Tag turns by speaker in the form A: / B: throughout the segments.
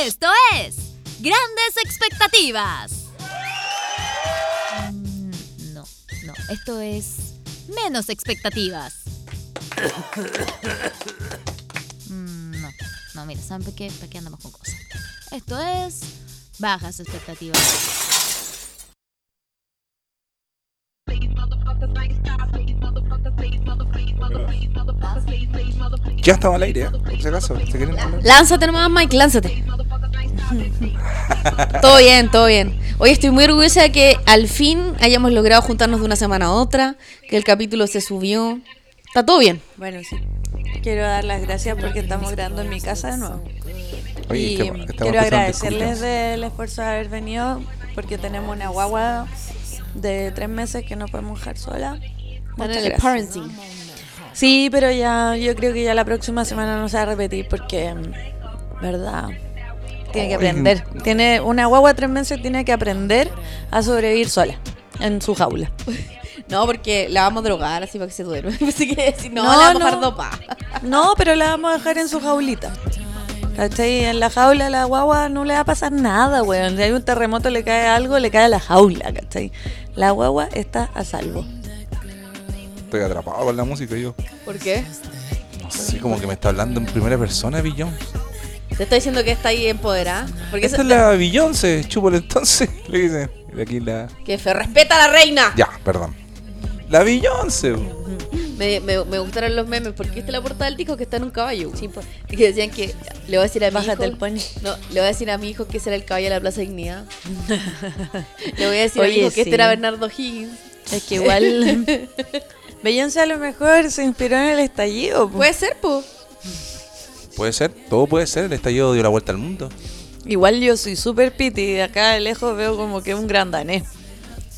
A: Esto es Grandes Expectativas. Mm, No, no, esto es Menos Expectativas. Mm, No, no, mira, ¿saben por qué? ¿Para qué andamos con cosas? Esto es Bajas Expectativas.
B: Ya estamos al aire, ¿eh? Por si acaso, ¿se quieren hablar?
C: Lánzate nomás, Mike, lánzate. todo bien, todo bien. Hoy estoy muy orgullosa de que al fin hayamos logrado juntarnos de una semana a otra, que el capítulo se subió. Está todo bien.
D: Bueno, sí. Quiero dar las gracias porque estamos grabando en mi casa de nuevo.
B: Oye,
D: y
B: que estamos
D: quiero
B: empezando
D: agradecerles
B: distinto.
D: del esfuerzo de haber venido porque tenemos una guagua de tres meses que no podemos dejar sola.
C: Bueno,
D: Muchas
C: el
D: gracias.
C: parenting.
D: Sí, pero ya yo creo que ya la próxima semana no se va a repetir porque, mm, verdad, tiene
B: Ay.
D: que aprender. Tiene una guagua de tres meses tiene que aprender a sobrevivir sola en su jaula.
C: No, porque la vamos a drogar así para que se duerme. Así que si no,
D: No,
C: la vamos
D: no.
C: a dejar dopada.
D: No, pero la vamos a dejar en su jaulita. ¿Cachai? En la jaula la guagua no le va a pasar nada, weón. Si hay un terremoto, le cae algo, le cae a la jaula, ¿cachai? La guagua está a salvo.
B: Estoy atrapado con la música yo.
C: ¿Por qué?
B: No sé, como que me está hablando en primera persona Billón.
C: Te estoy diciendo que está ahí empoderada. Porque
B: Esta
C: eso,
B: es la Billón, se el entonces, le dicen. Y aquí la...
C: Que se respeta a la reina.
B: Ya, perdón. La Beyoncé. bu.
C: Me, me, me gustaron los memes porque viste la portada del disco que está en un caballo. Y que decían que le voy a decir a mi hijo.
D: Bájate el pony.
C: No, le voy a decir a mi hijo que será el caballo de la Plaza Dignidad. le voy a decir a mi
D: Oye,
C: hijo que
D: sí.
C: este era Bernardo Higgins.
D: Es que igual. Beyoncé a lo mejor se inspiró en el estallido. po.
C: Puede ser, po.
B: Puede ser, todo puede ser. El estallido dio la vuelta al mundo.
D: Igual yo soy súper piti y de acá de lejos veo como que un gran danés.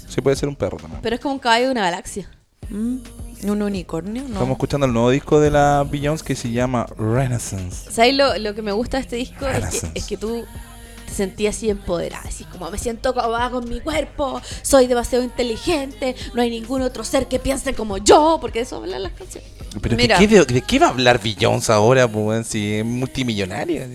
B: Sí, puede ser un perro también.
C: Pero es como un caballo de una galaxia.
D: Mm, ¿Un unicornio? No.
B: Estamos escuchando el nuevo disco de la Beyoncé que se llama Renaissance.
C: ¿Sabes lo, lo que me gusta de este disco? Es
B: Renaissance.
C: que, es que tú te sentías así empoderada, así como me siento como hago en mi cuerpo, soy demasiado inteligente, no hay ningún otro ser que piense como yo, porque de eso hablan las canciones.
B: Pero ¿de
D: Mira.
B: qué, de, de qué va a hablar Beyoncé ahora, po, weón? Si es multimillonaria.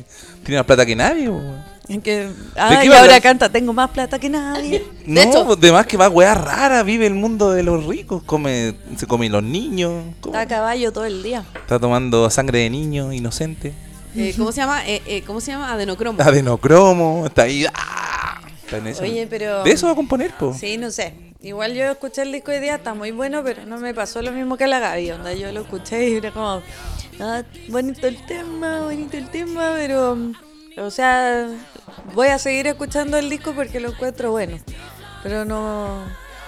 B: Tiene más plata que nadie, po, weón.
D: Es que, ay,
B: qué va a
D: ahora
B: hablar?
D: canta, tengo más plata que nadie.
B: No,
C: hecho-
B: po, de más que va weá rara, vive el mundo de los ricos, come, se come los niños, come-
D: Está a caballo todo el día.
B: está tomando sangre de niños inocente,
C: Eh, ¿Cómo se llama? Eh, eh, ¿Cómo se llama? Adenocromo.
B: adenocromo, está ahí. ¡ah! Está en eso.
D: Oye, pero-
B: De eso va a componer, po.
D: Sí, no sé. Igual yo escuché el disco de día, está muy bueno, pero no me pasó lo mismo que la Gaby. Onda, yo lo escuché y era como, ah, bonito el tema, bonito el tema, pero. mm, O sea, voy a seguir escuchando el disco porque lo encuentro bueno. Pero no.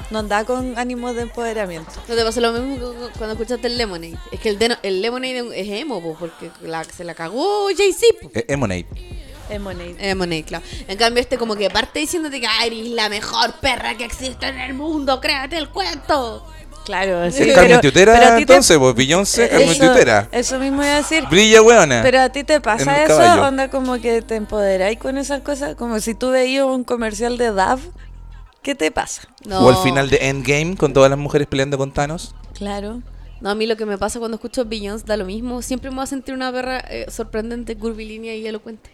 D: No andaba con ánimos de empoderamiento.
C: ¿No te pasó lo mismo cu- cu- cuando escuchaste el Lemonade? Es que el, deno- el Lemonade es emo, po, porque la- se la cagó Jay-Z. po.
B: Eh, Emonate.
D: Lemonade.
C: Lemonade, Eh, claro. En cambio, este como que parte diciéndote que "Ay, eres la mejor perra que existe en el mundo, créate el cuento.
D: Claro,
B: Es Carmen Tutera, entonces, pues Beyoncé, Carmen Tutera.
D: Eso mismo iba a decir.
B: Brilla, weona.
D: eh, Pero a ti te
B: Ah. En
D: pasa
B: un
D: eso,
B: caballo.
D: onda como que te empoderáis con esas cosas, como si tú veías un comercial de DAV, ¿qué te pasa?
C: No.
B: O al final de Endgame, con todas las mujeres peleando con Thanos.
D: Claro.
C: No, a mí lo que me pasa cuando escucho Beyoncé da lo mismo. Siempre me voy a sentir una perra eh, sorprendente, curvilínea y elocuente.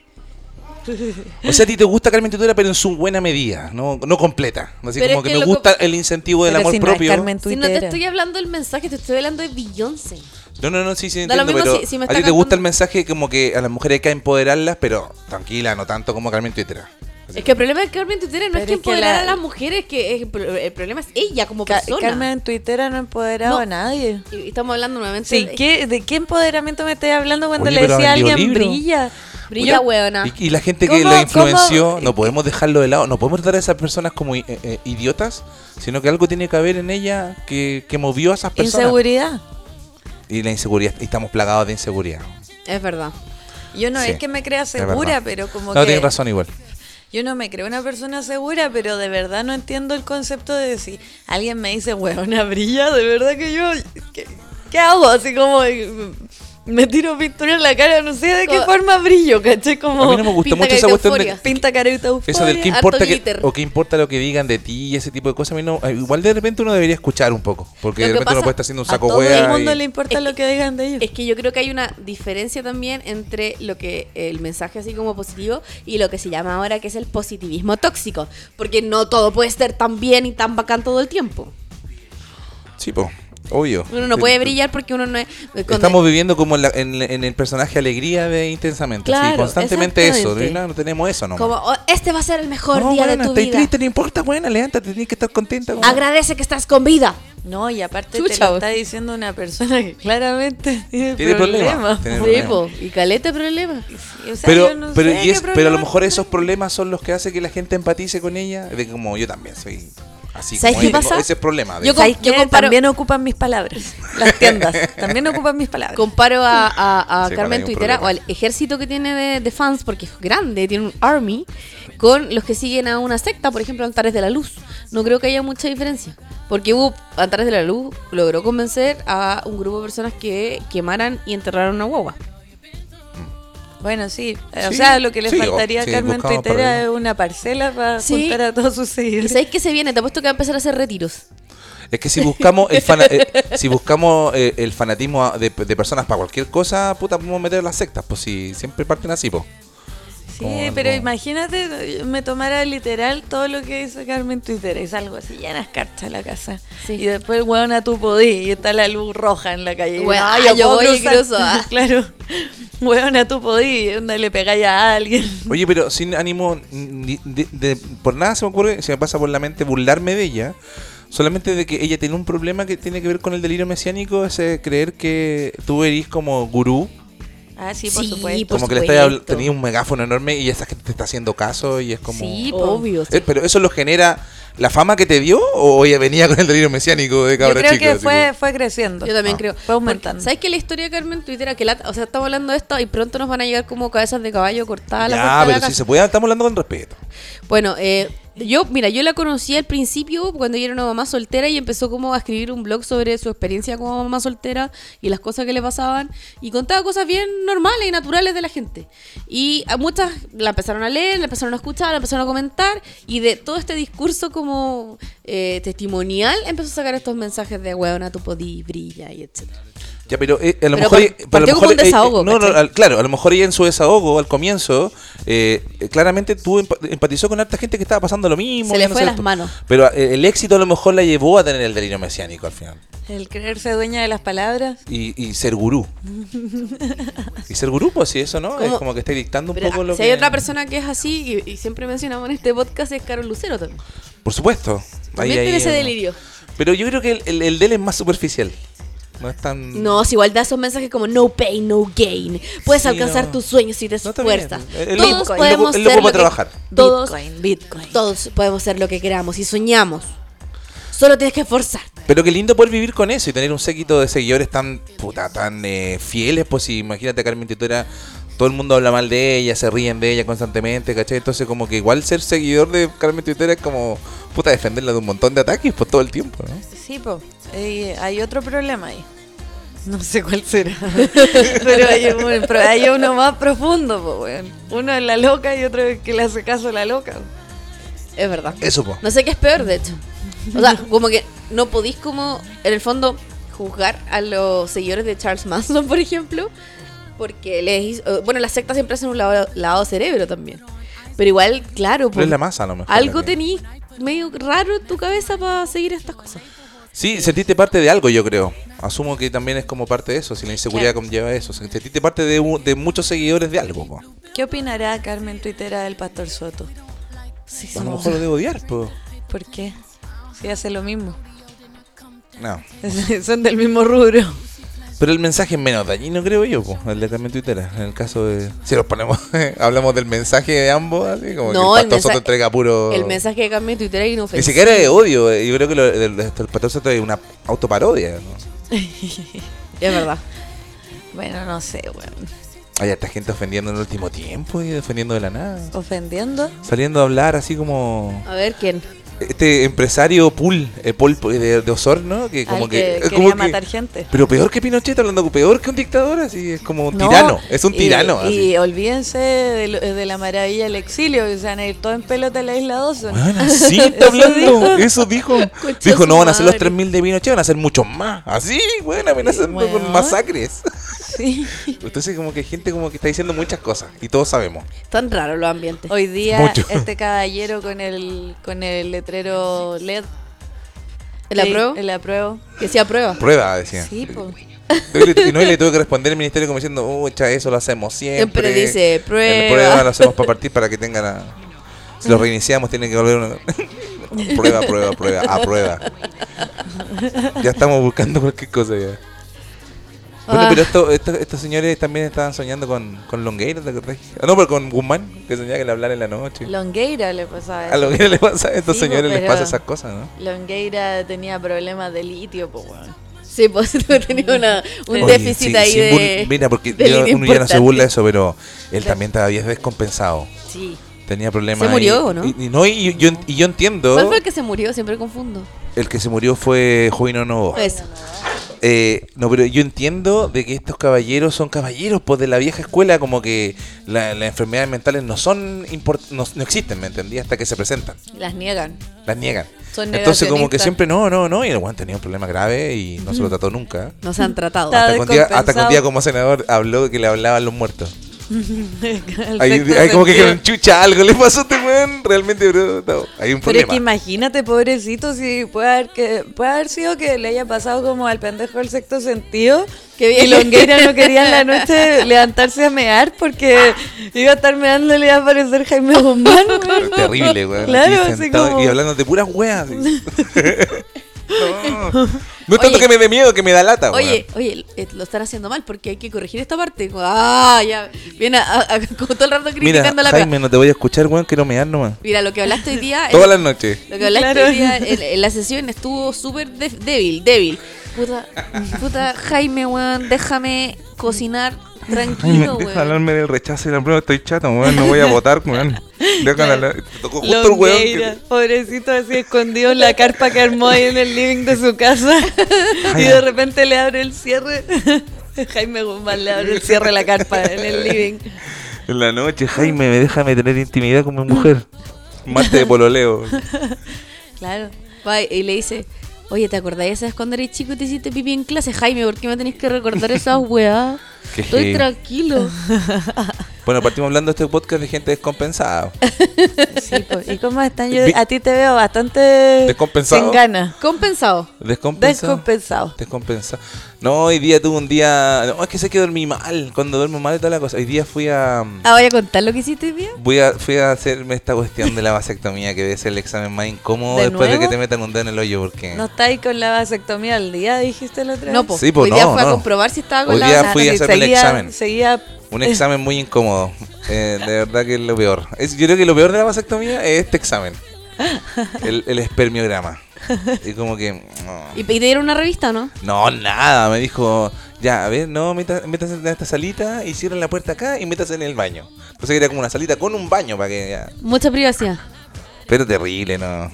B: O sea, a ti te gusta Carmen Tutera, pero en su buena medida, no, no completa. Así
C: Pero
B: como
C: es
B: que,
C: que
B: me
C: lo
B: gusta
C: com-
B: el incentivo del
D: Pero
B: amor
D: si no es
B: propio.
D: Carmen
C: Si no te
D: Tuitera.
C: estoy hablando del mensaje, te estoy hablando de Beyoncé.
B: No, no, no, sí, sí,
C: Da lo
B: entiendo,
C: mismo
B: pero
C: si- si me
B: a ti
C: está
B: te gusta
C: cantando-
B: el mensaje como que a las mujeres hay que empoderarlas, pero tranquila, no tanto como Carmen Twittera.
C: Es que el problema de Carmen Tutera no
D: Pero
C: es que
D: es que
C: empoderar
D: la-
C: a las mujeres, que es- el problema es ella como
D: Ca-
C: persona.
D: Carmen Twittera no ha empoderado
C: No.
D: a nadie.
C: Y- y estamos hablando nuevamente
D: Sí,
C: de-
D: ¿qué- ¿de qué empoderamiento me estoy hablando cuando
B: Oye,
D: le
B: pero
D: decía a
B: vendió
D: alguien
B: libro.
D: brilla?
C: Brilla,
B: Oye,
C: huevona.
B: Y, y la gente que
D: ¿Cómo- Eh,
B: la influenció,
D: cómo-
B: no podemos dejarlo de lado, no podemos tratar a esas personas como i- eh, eh, idiotas, sino que algo tiene que haber en ella que, que movió a esas personas.
D: Inseguridad.
B: Y la inseguridad, y estamos plagados de inseguridad.
C: Es verdad.
D: Yo no
B: Sí,
D: es que me crea
B: verdad.
D: segura, pero como
B: no,
D: que...
B: tienes razón igual.
D: Yo no me creo una persona segura, pero de verdad no entiendo el concepto de si alguien me dice, huevona, brilla, de verdad que yo, ¿qué, qué hago? Así como, eh, me tiro pintura en la cara, no sé de qué
C: Co-
D: forma brillo, caché como
B: A mí no me gusta
C: pinta
B: mucho
C: que
B: esa
C: hay
B: cuestión de,
C: euforia.
D: pinta careta euforia,
B: Eso del que
D: harto
B: importa que,
D: glitter.
B: o que importa lo que digan de ti y ese tipo de cosas, a mí no, eh, igual de repente uno debería escuchar un poco, porque
C: Lo
B: de
C: que
B: repente uno
C: pasa
B: puede estar haciendo un
C: a
B: saco
C: todo el
B: hueá
D: Todo el mundo
B: y-
D: le importa lo que digan de ellos.
C: Es que yo creo que hay una diferencia también entre lo que el mensaje así como positivo y lo que se llama ahora que es el positivismo tóxico, porque no todo puede ser tan bien y tan bacán todo el tiempo.
B: Sí, po, obvio.
C: Uno no
B: Sí,
C: puede
B: po.
C: brillar porque uno no es eh, con-
B: Estamos viviendo como en, la- en- en el personaje alegría de intensamente, así,
C: Claro,
B: constantemente eso,
C: exactamente.
B: no, no tenemos eso nomás.
C: como "Oh, este va a ser el mejor
B: no,
C: día
B: buena,
C: de tu
B: estáis
C: vida.
B: triste, no importa, buena, levántate, tienes que estar contenta. buena.
C: Agradece que estás con vida.
D: No, y aparte te
C: Chucha,
D: lo
C: vos.
D: está diciendo una persona que claramente tiene,
B: Tiene
D: problemas.
B: problemas, tiene problemas.
C: y caleta problema.
D: Y, o sea,
B: Pero,
D: yo no
B: pero,
D: sé
B: y
D: qué
B: es- pero a lo
D: problemas
B: mejor
D: tendrá.
B: esos problemas son los que hace que la gente empatice con ella, de como yo también soy así.
C: ¿Sabes
B: como
C: qué
B: ella, tengo
C: pasa?
B: Ese problema. de-
C: Yo
D: ¿Sabes
C: Yo
D: qué?
C: comparo-
D: También ocupan mis palabras. Las tiendas también ocupan mis palabras.
C: Comparo a, a- a
B: Sí, bueno, hay
C: Carmen
B: un
C: Twittera
B: problema.
C: o al ejército que tiene de, de fans, porque es grande, tiene un army, con los que siguen a una secta, por ejemplo, Antares de la Luz. No creo que haya mucha diferencia. Porque hubo Antares de la Luz logró convencer a un grupo de personas que quemaran y enterraron una guagua.
D: Bueno, sí. eh, O
B: Sí,
D: sea, lo que le
B: sí,
D: faltaría
B: o-
D: a
B: sí,
D: Carmen
B: buscamos
D: Twittera
B: para-
D: es una parcela para
C: Sí.
D: juntar a todos sus
C: ¿Y
D: seguidores.
C: sabéis qué se viene? Te apuesto que va a empezar a hacer retiros.
B: Es que si buscamos el, fana- eh, si buscamos eh, el fanatismo a- de, de personas para cualquier cosa, puta, podemos meter las sectas, pues si siempre parten así, pues.
D: Sí,
B: Como
D: pero
B: algo-
D: imagínate, eh, me tomara literal todo lo que dice Carmen Twitter. Es algo así, llena de escarcha la casa.
C: Sí.
D: Y después, weón, a tu podí y está la luz roja en la calle. Y,
C: Weón,
D: "Ah,
C: yo
D: puedo
C: voy y
D: cruzar".
C: cruzo, ah.
D: Claro. Weón, a tu podí, y onda, le pegáis a alguien.
B: Oye, pero sin ánimo, ni- de- de- por nada se me ocurre, se me pasa por la mente burlarme de ella. Solamente de que ella tiene un problema que tiene que ver con el delirio mesiánico, ese creer que tú eres como gurú,
D: Ah, sí, por
C: Sí,
D: supuesto.
C: por
B: como que le estás habl-
C: supuesto.
B: tenía un megáfono enorme y esa gente te está haciendo caso y es como...
C: Sí,
D: po.
C: obvio.
B: Eh, pero eso lo genera la fama que te dio o ella venía con el delirio mesiánico de
D: Yo
B: cabra
D: creo
B: chica,
D: que
B: así
D: fue,
B: como-
D: fue creciendo.
C: Yo también
B: Ah.
C: creo.
D: Fue aumentando.
C: Porque, ¿Sabes qué? La historia de Carmen Twittera, que lata- o sea, estamos hablando de esto y pronto nos van a llegar como cabezas de caballo cortadas a la puerta
B: Ya,
C: de la
B: pero si
C: casa.
B: se puede, estamos hablando con respeto.
C: Bueno, eh, yo, mira, yo la conocí al principio cuando ella era una mamá soltera y empezó como a escribir un blog sobre su experiencia como mamá soltera y las cosas que le pasaban y contaba cosas bien normales y naturales de la gente. Y a muchas la empezaron a leer, la empezaron a escuchar, la empezaron a comentar y de todo este discurso como eh, testimonial empezó a sacar estos mensajes de hueona, tu podí, brilla y etcétera.
B: Ya, pero eh, a lo
C: Pero
B: mejor.
C: par-
B: eh, pero a lo
C: partió como
B: mejor,
C: un desahogo,
B: no, no,
C: ¿cachai?
B: al- claro, a lo mejor ella en su desahogo, al comienzo, eh, eh, claramente tú empa- empatizó con harta gente que estaba pasando lo mismo.
C: Se le
B: y no
C: fue
B: sé
C: las
B: esto.
C: manos.
B: Pero eh, el éxito a lo mejor la llevó a tener el delirio mesiánico al final.
D: El creerse dueña de las palabras.
B: Y, y ser gurú. y ser gurú, pues sí, eso, ¿no? Es
C: Como-
B: como que estáis dictando un
C: Pero, ah,
B: poco lo
C: si
B: que.
C: hay otra persona que es así, y, y siempre mencionamos en este podcast, es Carol Lucero también.
B: Por supuesto. Ahí-
C: También
B: ahí
C: tiene ese
B: es-
C: delirio.
B: Pero yo creo que el, el, el de él es más superficial. No es tan.
C: No, si igual da esos mensajes como no pain, no gain. Puedes
B: Sí,
C: alcanzar
B: no.
C: tus sueños si te
B: No, está bien.
C: esfuerzas.
B: Él- él lo-
C: todos
B: él lo-
C: podemos
B: él lo
C: ser
B: puede
C: que-
B: trabajar.
C: todos,
D: Bitcoin, Bitcoin.
C: todos podemos ser lo que queramos y soñamos. Solo tienes que esforzarte.
B: Pero qué lindo poder vivir con eso y tener un séquito de seguidores tan puta, tan eh, fieles, pues si imagínate a Carmen Titora, todo el mundo habla mal de ella, se ríen de ella constantemente, ¿cachai? Entonces como que igual ser seguidor de Carmen Titora es como puta defenderla de un montón de ataques por todo el tiempo, ¿no?
D: Sí, po. Eh, hay otro problema ahí. No sé cuál será. pero, hay un- pero hay uno más profundo, po, weón. Uno es la loca y otro es que le hace caso a la loca.
C: Es verdad.
B: Eso, po.
C: No sé qué es peor, de hecho. O sea, como que no podís como, en el fondo, juzgar a los seguidores de Charles Manson, por ejemplo, porque les hizo- Bueno, las sectas siempre hacen un lavado, lavado cerebro también. Pero igual, claro,
B: Pero es
C: po,
B: la masa a lo mejor.
C: algo
B: también.
C: tenís medio raro en tu cabeza para seguir estas cosas.
B: Sí, sentiste parte de algo, yo creo. Asumo que también es como parte de eso, si la inseguridad conlleva eso. Sentiste parte de, un- de muchos seguidores de algo, po.
D: ¿Qué opinará Carmen Twittera del Pastor Soto? Sí,
B: A lo
D: somos-
B: mejor lo debo odiar, po.
D: ¿Por qué? Si hace lo mismo.
B: No.
D: Son del mismo rubro.
B: Pero el mensaje es menos dañino, creo yo, po, el de Carmen Twittera. En el caso de. Si los ponemos. hablamos del mensaje de ambos, así como
C: No,
B: que
C: el
B: el Pastor Soto
C: mensaje-
B: entrega puro.
C: El mensaje que cambia en Twitter es inofensivo.
B: Ni siquiera de odio, eh, yo creo que lo, el, el Pastor Soto es una autoparodia. ¿no?
C: Es verdad.
D: Bueno, no sé, weón.
B: Hay harta gente ofendiendo en el último tiempo y defendiendo de la nada.
D: Ofendiendo.
B: Saliendo a hablar así como.
C: A ver quién.
B: este empresario Pool, eh, Paul de, de Osorno, que como
D: Al
B: que, eh,
D: que
B: como
D: quería matar gente.
B: Pero peor que Pinochet, hablando peor que un dictador, así es como un
D: No,
B: tirano, es un
D: y-
B: tirano.
D: Y,
B: así.
D: olvídense de, lo- de la maravilla del exilio, que se van a ir todos en pelotas a la isla 12.
B: Bueno, así está hablando, eso dijo.
C: Concha
B: Dijo,
C: su
B: no van a ser los
C: madre.
B: 3.000 de Pinochet, van a ser muchos más. Así, bueno, amenazando
D: Bueno.
B: con masacres.
D: Sí.
B: Entonces como que hay gente como que está diciendo muchas cosas y todos sabemos.
C: Tan raro los ambientes.
D: Hoy día
B: Mucho.
D: este caballero con el con el letrero LED.
C: ¿El apruebo?
D: El apruebo.
C: Que sea prueba.
B: Prueba, decía.
D: Sí, po.
B: Y le- y no y le tuve que responder al ministerio como diciendo, ucha, eso lo hacemos siempre.
C: Siempre dice,
B: En
C: "Prueba".
B: lo hacemos para partir para que tengan la- Si lo reiniciamos, tiene que volver una... prueba, prueba, prueba, a prueba. Ya estamos buscando cualquier cosa ya. Bueno,
C: Ah.
B: pero esto- esto- estos señores también estaban soñando con, con Longueira, ¿te acordás? Ah, no, pero con Guzmán, que soñaba que le hablara en la noche.
D: Longueira le pasaba eso.
B: A Longueira le pasa, a estos
D: Sí,
B: señores les
D: pero-
B: pasa esas cosas, ¿no?
D: Longueira tenía problemas de litio, po, weón.
C: Sí, pues tenía una, un
B: Oye,
C: déficit
B: sí,
C: ahí
B: sin
C: de.
B: bur- Mira, porque
C: de
B: yo-
C: línea
B: uno ya no se
C: importante.
B: burla de eso, pero él también estaba bien descompensado.
D: Sí.
B: Tenía problemas.
C: ¿Se murió
B: y-
C: o no?
B: Y, y no, y yo, y yo entiendo.
C: ¿Cuál fue el que se murió? Siempre confundo.
B: se murió fue Jovino Novo.
C: Eso.
B: Eh, no, pero yo entiendo de que estos caballeros son caballeros pues, de la vieja escuela, como que la- las enfermedades mentales no son import- no, no existen, ¿me entendí? Hasta que se presentan,
D: Las niegan.
B: las niegan.
D: Son
B: Entonces como que
D: negacionistas.
B: siempre no, no, no, y el Juan tenía un problema grave y no se lo trató nunca.
C: No se han tratado.
D: Está-
B: Hasta que, un día, hasta que un día
D: descompensado.
B: como senador habló de que le hablaban los muertos.
D: El
B: Ahí,
D: sexto
B: ahí como que
D: sentido.
B: quedaron chucha, algo le pasó a este weón. Realmente, bro, no, hay un
D: Pero es que
B: problema.
D: imagínate, pobrecito, si puede haber, que, puede haber sido que le haya pasado como al pendejo del sexto sentido.
C: Qué bien.
D: Y Longueira no quería en la noche levantarse a mear porque iba a estar meando y le iba a aparecer Jaime Guzmán. güey.
B: Terrible, weón.
D: Claro,
B: aquí
D: así
B: sentado
D: como-
B: Y hablando de puras weas. así. no, no es tanto
C: Oye.
B: que me dé miedo, que me da lata, weón.
C: Oye, oye, eh, lo están haciendo mal porque hay que corregir esta parte. Como, Ah, ya. Viene a- a- a- como todo el rato
B: Mira,
C: criticando la
B: Jaime, no te voy a escuchar, weón, quiero mear nomás.
C: Mira, lo que hablaste hoy día.
B: Todas las noches.
C: Lo que hablaste
D: Claro.
C: hoy día en, en la sesión estuvo súper de- débil, débil. Puta, puta, Jaime, weón, déjame cocinar
B: Jaime,
C: tranquilo,
B: deja
C: weón.
B: hablarme del rechazo y la prueba, estoy chato, weón, no voy a votar, weón. Deja hablar. Te tocó justo el weón.
D: Longueira,
B: que-
D: pobrecito, así escondido en la carpa que armó ahí en el living de su casa. Y de repente le abre el cierre. Jaime Guzmán le abre el cierre a la carpa en el living.
B: En la noche, Jaime, me déjame tener intimidad con mi mujer. Mate de pololeo.
C: Claro. Va, y le dice, oye, ¿te acordáis de cuando eres chico y te hiciste pipí en clase, Jaime? ¿Por qué me tenés que recordar esas weas?
B: Qué
C: Estoy
B: heavy.
C: tranquilo.
B: Bueno, partimos hablando de este podcast de gente descompensada.
D: Sí, pues, ¿Y cómo están? Yo
B: Vi-
D: a ti te veo bastante
B: Descompensado.
D: sin ganas.
C: Compensado.
B: Descompensado.
D: Descompensado.
B: Descompensado. No, hoy día tuve un día. No, es que sé que dormí mal. Cuando duermo mal y toda la cosa. Hoy día fui a.
C: Ah, voy a contar lo que hiciste hoy día.
B: Voy a, fui a hacerme esta cuestión de la vasectomía, que es el examen más incómodo
D: ¿De
B: después de que
D: nuevo?
B: te metan un dedo en el hoyo, porque.
D: No está ahí con la vasectomía al día, dijiste la otra
C: No,
D: vez.
C: pues.
B: Sí, po,
C: hoy día
B: no,
C: fue
B: no.
C: a comprobar si estaba con
B: Hoy
C: la
B: día
C: vacuna.
B: fui a
D: Sí,
B: hacerme el
D: seguía-
B: examen.
D: Seguía
B: Un examen muy incómodo. Eh, de verdad que es lo peor. Es- yo creo que lo peor de la vasectomía es este examen. El, el espermiograma. Y como que. no.
C: Y pe- y te dieron una revista, ¿no?
B: No, nada, me dijo, ya, a ver, no, meta- métase en esta salita y cierren la puerta acá y métase en el baño. Entonces era como una salita con un baño para que ya.
C: Mucha privacidad.
B: Pero terrible, no.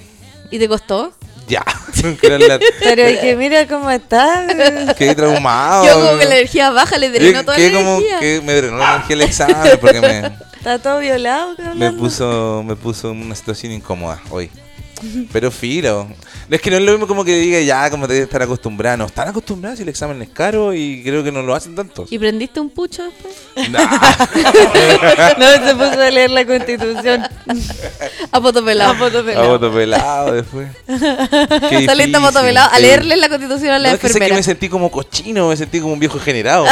C: ¿Y te costó?
B: Ya. Era la-
D: Pero es que mira cómo está.
B: quedé traumado.
C: Yo como que la energía baja, le drenó
B: Yo
C: toda la
B: quedé como
C: energía.
B: que me drenó la energía el examen porque me,
D: Está todo violado. ¿qué
B: me
D: hablando?
B: puso me puso en una situación incómoda hoy. Pero filo. Es que no es lo mismo como que diga ya, como te debes estar acostumbrado. No, están acostumbrados si el examen es caro y creo que no lo hacen tanto.
C: ¿Y prendiste un pucho después?
B: Nah.
D: No, se puso a leer la constitución.
C: A potopelado. A
B: A voto pelado después. Qué
C: Saliste a
B: difícil,
C: potopelado a
B: qué-
C: este leerle la constitución a la
B: No, es que sé que
C: enfermera.
B: me sentí como cochino, me sentí como un viejo generado.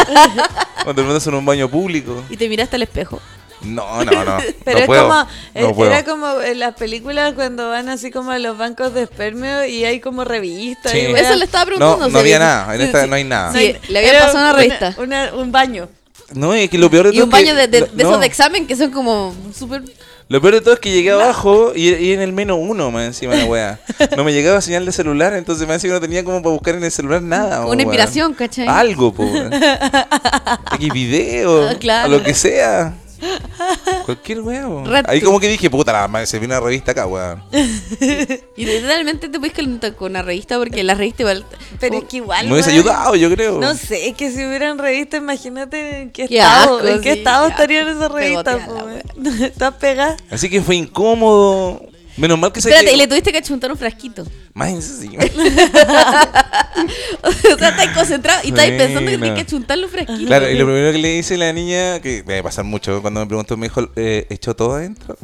B: Cuando me en un baño público.
C: Y te miraste al espejo.
B: No, no, no.
D: Pero
B: no
D: es
B: puedo,
D: como,
B: no
D: eh,
B: puedo.
D: era como en las películas cuando van así como a los bancos de espermio y hay como revistas.
B: Sí.
D: y
C: Eso
D: weas.
C: le estaba preguntando.
B: No, no
C: si-
B: había nada, en
C: si-
B: esta
C: si-
B: no hay nada.
C: si le había
D: Era
C: pasado una revista.
D: una- un baño.
B: No, es que lo peor de todo.
C: y un
B: es que-
C: baño de, de- de
B: no,
C: esos de examen que son como súper...
B: Lo peor de todo es que llegué abajo y, y en el menos uno más encima de la wea. No me llegaba señal de celular, entonces más encima no tenía como para buscar en el celular nada.
C: Una
B: wea.
C: inspiración, ¿cachai?
B: Algo, po. wea. X video,
C: Ah, claro.
B: o lo que sea. Cualquier weón.
C: Red
B: Ahí
C: Tube.
B: como que dije, puta, la madre, se viene una revista acá, weón.
C: Y realmente te puedes calentar con una revista porque la revista igual.
D: Pero
C: como-
D: es que igual.
B: Uh, Me hubiese
D: weón,
B: ayudado, yo creo.
D: No sé, es que si hubieran revistas, imagínate en qué,
C: Qué
D: estado,
C: asco,
D: en qué
C: sí,
D: estado
C: ya.
D: estarían esas revistas.
C: Pegoteala,
D: po, weón. Estás pegada.
B: Así que fue incómodo. Menos mal que se
C: Espérate, y le tuviste que achuntar un frasquito.
B: Más encima.
C: o sea, estás concentrado y estás
B: Buena.
C: pensando que tienes que achuntarle un frasquito.
B: Claro, y lo primero que le dice la niña, que me va a pasar mucho, cuando me preguntó, me dijo, eh, ¿echó todo adentro?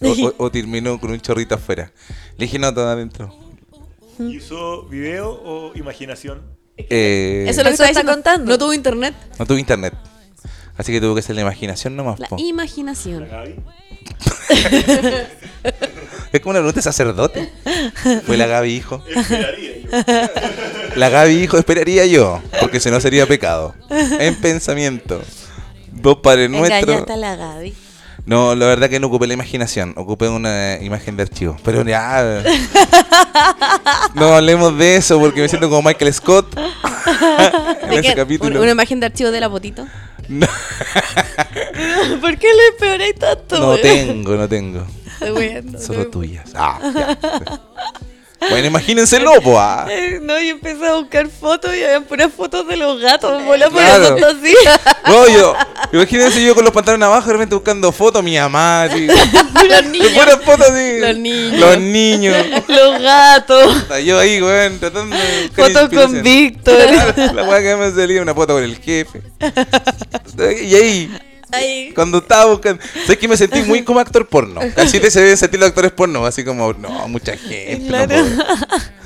B: O, o- o terminó con un chorrito afuera? Le dije, no, todo adentro.
E: ¿Y usó video o imaginación?
B: Eh,
C: Eso es lo que
D: Eso
C: estaba
D: está
C: diciendo.
D: contando.
C: No tuvo internet.
B: No tuve internet. Así que tuvo que ser la imaginación nomás.
C: La
B: po.
E: ¿La
C: imaginación.
E: Gaby?
B: Es como una pregunta de sacerdote. Fue la Gaby hijo.
E: Esperaría yo.
B: La Gaby hijo esperaría yo, porque si no sería pecado. En pensamiento. Dos padres nuestros.
D: Engañaste a la Gaby.
B: No, la verdad que no ocupé la imaginación, ocupé una imagen de archivo. Pero ya. no hablemos de eso porque me siento como Michael Scott en
C: ¿De
B: ese
C: qué?
B: capítulo.
C: Un- Una imagen de archivo de la potito.
B: No,
D: ¿Por qué lo empeoráis tanto?
B: no
D: weón?
B: tengo, no tengo.
C: Estoy weando.
B: Solo tuyas. Ah, ya. Bueno, imagínenselo, po. ah.
D: Eh, No, yo empecé a buscar fotos y habían puras fotos de los gatos. Me volaba
B: Claro.
D: por así.
B: No, yo, imagínense yo con los pantalones abajo, de repente buscando fotos, mi mamá, así.
C: Los niños.
B: Puras fotos, así.
C: Los niños.
B: Los niños.
D: Los gatos.
B: Puta, Yo ahí, weón, tratando de. buscar
D: Fotos con
B: inspiración.
D: Víctor.
B: La weá que me salía una foto con el jefe. Y ahí,
D: Ay,
B: cuando estaba buscando. ¿Sabes que me sentí muy como actor porno? Así te se deben sentir los actores porno, así como, no, mucha gente. no
D: Claro.
B: puedo.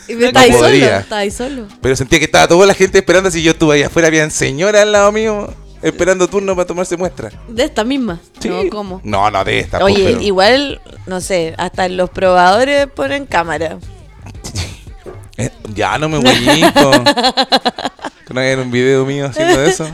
C: Y me- Está ahí solo.
B: podría.
C: Está ahí solo.
B: Pero sentía que estaba toda la gente esperando, así yo estuve ahí afuera, habían señora al lado mío, esperando turno para tomarse muestra.
C: De esta misma.
B: Sí.
C: No, ¿cómo?
B: No, no, de esta. po,
D: Oye,
B: pero-
D: igual, no sé, hasta los probadores ponen cámara.
B: Eh, ya no me voy, po. Que no era un video mío haciendo eso.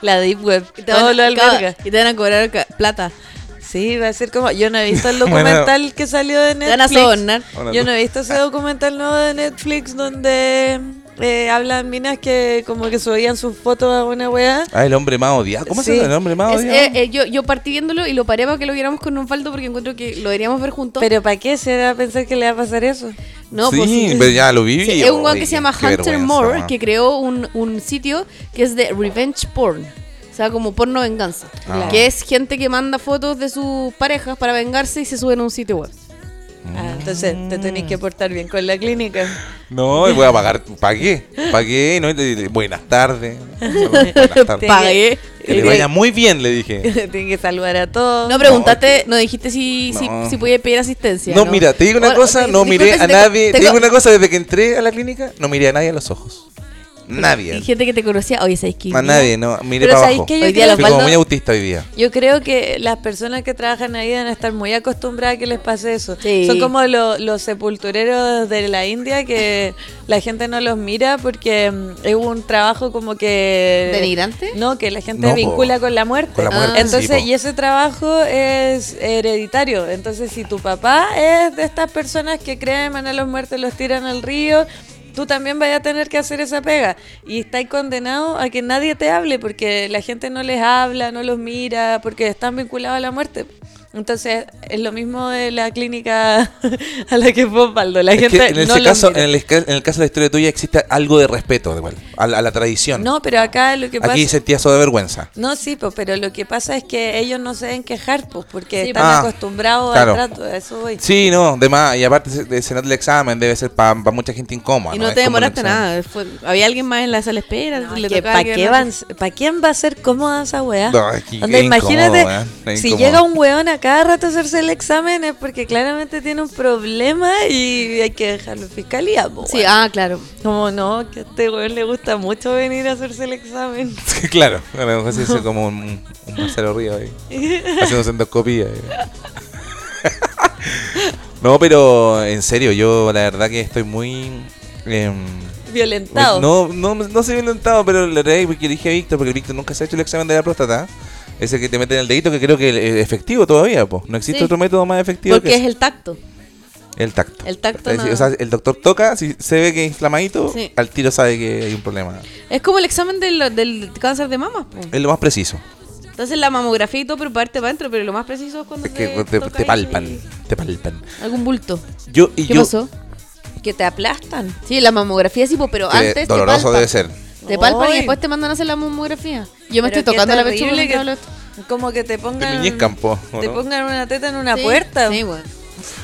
D: La Deep Web.
C: Y te van a-
D: Todo lo alberga.
C: Y te van a cobrar ca- plata.
D: Sí, va a ser como. Yo no he visto el
B: Bueno.
D: documental que salió de
C: Te van a
D: Netflix.
C: sobornar.
B: Ahora
D: Yo
B: no. Ah.
D: no he visto ese documental nuevo de Netflix donde eh, hablan minas que como que subían sus fotos a una weá.
B: Ah, el hombre más odiado. ¿Cómo
D: Sí.
B: se llama el hombre más
C: Es-
B: odiado?
C: eh, eh, yo, yo partí viéndolo y lo paré para que lo viéramos con un faldo porque encuentro que lo deberíamos ver juntos.
D: Pero ¿para qué se va a pensar que le va a pasar eso?
C: no,
B: sí,
C: pues sí.
B: pero ya lo vi.
C: Sí, es un weón
B: oye,
C: que se llama
B: qué
C: Hunter
B: vergüenza,
C: Moore
B: weón.
C: que creó un, un sitio que es de revenge porn. O sea, como porno venganza.
B: Ah.
C: Que es gente que manda fotos de sus parejas para vengarse y se suben a un sitio web.
D: Ah, entonces te tenés que portar bien con la clínica.
B: No, y voy a pagar. Pagué. Pagué. No, y le- le- buenas tardes. Buenas tardes.
C: Pagué.
B: Que le vaya muy bien, le dije.
D: Tienes que saludar a todos.
C: No preguntaste, no, dijiste si, si,
B: No.
C: si podía pedir asistencia.
B: No, mira, te digo una
C: Ahora,
B: cosa,
C: te-
B: no
C: disculpa
B: miré
C: si
B: a
C: te-
B: nadie. Te
C: te-
B: digo una cosa, desde que entré a la clínica, no miré a nadie a los ojos.
C: Y
B: Nadie.
C: gente que te conocía, oye, ¿sabes qué?
B: A nadie, no. Miré
D: Pero
B: para
D: ¿sabéis
B: abajo.
D: qué?
B: Fui
D: Yo
C: Hoy día
D: creo-
C: los
B: como
C: baldos-
B: muy autista hoy día.
D: Yo creo que las personas que trabajan ahí deben estar muy acostumbradas a que les pase eso.
C: Sí.
D: Son como lo- los sepultureros de la India que la gente no los mira porque mm, es un trabajo como que...
C: ¿Denigrante?
D: No, que la gente
B: No, po.
D: vincula con la muerte.
B: Con la muerte, sí,
D: Ah. Entonces,
B: po.
D: y ese trabajo es hereditario. Entonces, si tu papá es de estas personas que creman a los muertos, los tiran al río... Tú también vas a tener que hacer esa pega. Y estáis condenado a que nadie te hable porque la gente no les habla, no los mira, porque están vinculados a la muerte. Entonces, es lo mismo de la clínica a la que fue Osvaldo. La
B: Es que
D: gente
B: en, ese
D: no los
B: caso, en,
D: mira.
B: el, esca- en el caso de la historia tuya existe algo de respeto de igual, a, la, a la tradición.
D: No, pero acá lo que pasa.
B: Aquí sentía eso de vergüenza.
D: No, sí, pues, pero lo que pasa es que ellos no se deben quejar, pues, porque
C: Sí,
D: están
B: pues. Ah,
D: acostumbrados
B: claro.
D: al trato, a eso voy.
B: Sí, no, de más. Y aparte se- de cenar el examen debe ser para mucha gente incómoda.
C: Y no
B: Es
C: te
B: como un
C: demoraste
B: examen.
C: nada. fue- había alguien más en la sala de espera. le tocaba
D: ¿Para
C: que
D: qué
C: no-
D: van, Ah, pa' quién va a ser cómoda esa weá?
B: No, es que
D: Onda,
B: es
D: imagínate,
B: incómodo, weá, es
D: si
B: incómodo.
D: llega un weón a cada rato a hacerse el examen es porque claramente tiene un problema y hay que dejarlo en fiscalía. po,
C: Sí,
D: weón.
C: ah, claro.
D: Como no, que a este weón le gusta mucho venir a hacerse el examen.
B: Sí, claro, a lo mejor se hizo como un, un Marcelo Río ahí, haciendo endoscopía. ahí. No, pero en serio, yo la verdad que estoy muy... em,
D: Violentado.
B: no, no, no soy violentado, pero la verdad es que dije a Víctor, porque Víctor nunca se ha hecho el examen de la próstata. Ese que te meten el dedito, que creo que es efectivo todavía, po. No existe
C: Sí.
B: otro método más efectivo
C: Porque
B: que
C: es
B: ese.
C: el tacto.
B: el tacto.
C: el tacto
B: Es decir,
C: no-
B: O sea, el doctor toca, si se ve que es inflamadito,
C: Sí.
B: al tiro sabe que hay un problema.
C: Es como el examen del, del cáncer de mama. po.
B: Es lo más preciso.
C: Entonces la mamografía y todo, pero parte para adentro, pero lo más preciso es cuando
B: Es que pues,
C: te,
B: te,
C: tocáis
B: te palpan,
C: ahí
B: te palpan.
C: Algún bulto.
B: Yo, y
C: ¿Qué
B: yo, eh,
C: pasó?
D: Que te aplastan.
C: Sí, la mamografía sí, po, pero
B: que
C: antes te
B: doloroso
C: palpan.
B: debe ser.
C: Te palpan y
D: Ay.
C: después te mandan a hacer la mamografía. Yo me
D: Pero
C: estoy
D: qué
C: tocando la pechuga.
D: terrible
C: mientras
D: que-
C: hablo esto.
D: Como que te
B: Te
D: pongan.
B: miñezcan, po, ¿o
D: te
B: no?
D: pongan una teta en una
C: Sí,
D: puerta.
C: Sí, bueno.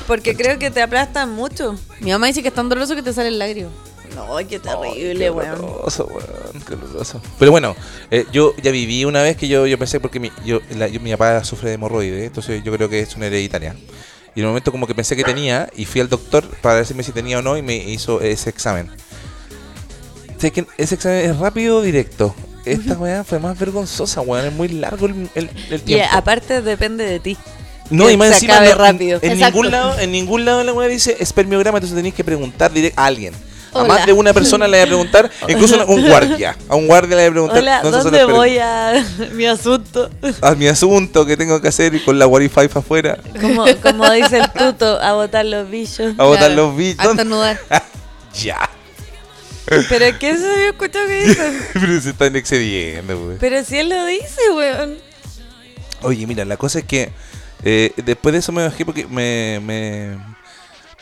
D: Porque creo que te aplastan mucho.
C: Mi mamá dice que es tan doloroso que te sale el lágrima.
D: No, qué
B: Ay,
D: terrible,
B: qué
D: weón.
B: doloroso, weón, qué doloroso. Pero bueno, eh, yo ya viví una vez que yo, yo pensé, porque mi, yo, la- yo- mi papá sufre de hemorroides, entonces yo creo que es una hereditaria. Y en el momento como que pensé que tenía, y fui al doctor para decirme si tenía o no, y me hizo ese examen. Sé que ese examen es rápido, directo. Esta weá fue más vergonzosa, weón. Es muy largo el, el- el
D: Y
B: tiempo.
D: aparte depende de ti.
B: No,
D: Que
B: y más
D: se
B: encima
D: acabe
B: no-
D: rápido.
B: En,
C: Exacto.
B: ningún lado, en ningún lado la weá dice espermiograma, entonces tenéis que preguntar directo a alguien. A
C: Hola.
B: más de una persona le voy a preguntar, incluso a un guardia. A un guardia le voy a preguntar.
D: Hola,
B: no sé hacer
D: ¿dónde
B: espermi-
D: voy a mi asunto?
B: A mi asunto que tengo que hacer y con la Wi-Fi para afuera.
D: Como, como dice el tuto, a botar los bichos.
B: A botar
C: Claro,
B: los bichos.
C: A estornudar.
B: ya.
D: Pero ¿qué se había escuchado que dicen?
B: Pero se están excediendo, weón.
D: Pero si él lo dice, weón.
B: Oye, mira, la cosa es que eh, después de eso me bajé porque me, me,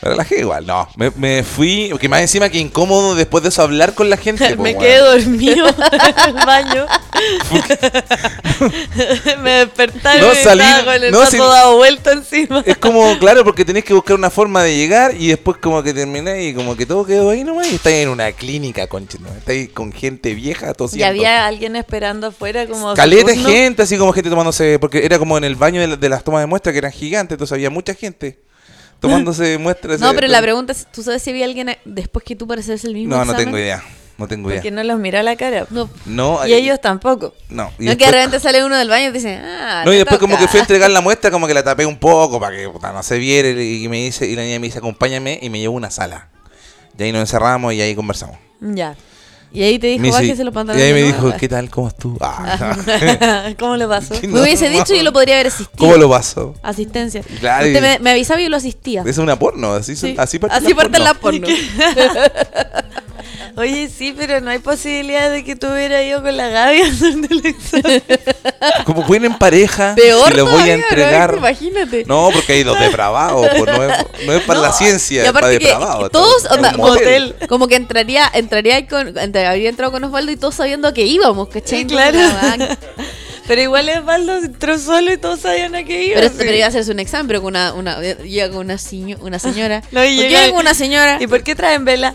B: me relajé igual. No, me, me fui, porque más encima que incómodo después de eso hablar con la gente. po,
D: Me
B: pues, weón.
D: quedé dormido en el baño. Me despertaron
B: No
D: y
B: salí-
D: estaba con el
B: no, Eh,
D: pato
B: si-
D: dado vuelta encima.
B: Es como, claro, porque tenés que buscar una forma de llegar y después como que terminé y como que todo quedó ahí nomás y estás en una clínica, conche, ¿no? Estás con gente vieja
D: Y
B: tosiendo.
D: había alguien esperando afuera como su
B: Caleta de
D: turno.
B: gente, así como gente tomándose, porque era como en el baño de, la- de las tomas de muestra que eran gigantes, entonces había mucha gente tomándose muestras. eh,
C: No, pero la
B: Pues, Entonces-
C: pregunta es, ¿tú sabes si había alguien a- después que tú para hacerse el mismo
B: No, no
C: examen?
B: tengo idea, no tengo idea.
D: Porque no los mira a la cara.
C: No,
B: No,
D: Y
B: eh,
D: ellos tampoco.
B: No, y
C: no que
B: después,
C: de repente sale uno del baño y te dice, ah,
B: no, y
C: te
B: después como
C: toca.
B: que fui a entregar la muestra, como que la tapé un poco para que puta, no se viera y, y me dice, y la niña me dice, acompáñame y me llevó a una sala. Y ahí nos encerramos y ahí conversamos.
D: Ya.
C: Y ahí te dijo,
B: Me dice-
C: bájese los
B: Y
C: pantalones.
B: ahí me
C: de
B: dijo,
C: nuevo".
B: ¿qué tal? ¿Cómo estuvo? Ah,
D: ¿Cómo lo pasó?
B: no.
C: Me hubiese dicho y yo lo podría haber asistido.
B: ¿Cómo lo pasó?
C: Asistencia.
B: Claro,
C: Usted
B: y-
C: me, me avisaba y yo lo asistía.
B: Es una porno, así, son-
C: Sí.
B: así parte
C: Así parte la porno.
D: Oye, sí, pero no hay posibilidad de que tú hubieras ido con la Gaby a hacerte el examen.
B: Como que vienen en pareja
C: Peor
B: y lo voy a
C: todavía, ¿no?
B: entregar.
C: Imagínate.
B: No, porque hay dos depravados, pues, no, es, no es para
C: No,
B: la ciencia,
C: y
B: es para
C: aparte que
B: depravados.
C: todos,
B: Es un
C: onda,
B: motel.
C: Como que entraría, entraría ahí con, entra- habría entrado con Osvaldo y todos sabiendo a qué íbamos, ¿cachai?
D: Sí, claro.
C: Entonces,
D: Pero igual Osvaldo entró solo y todos sabían a qué iba.
C: Pero,
D: sí.
C: pero iba a hacerse un examen, pero con una, una llega con una, seño- una señora.
D: No, y
C: ¿Por
D: llega-
C: qué con una señora?
D: ¿Y por qué traen vela?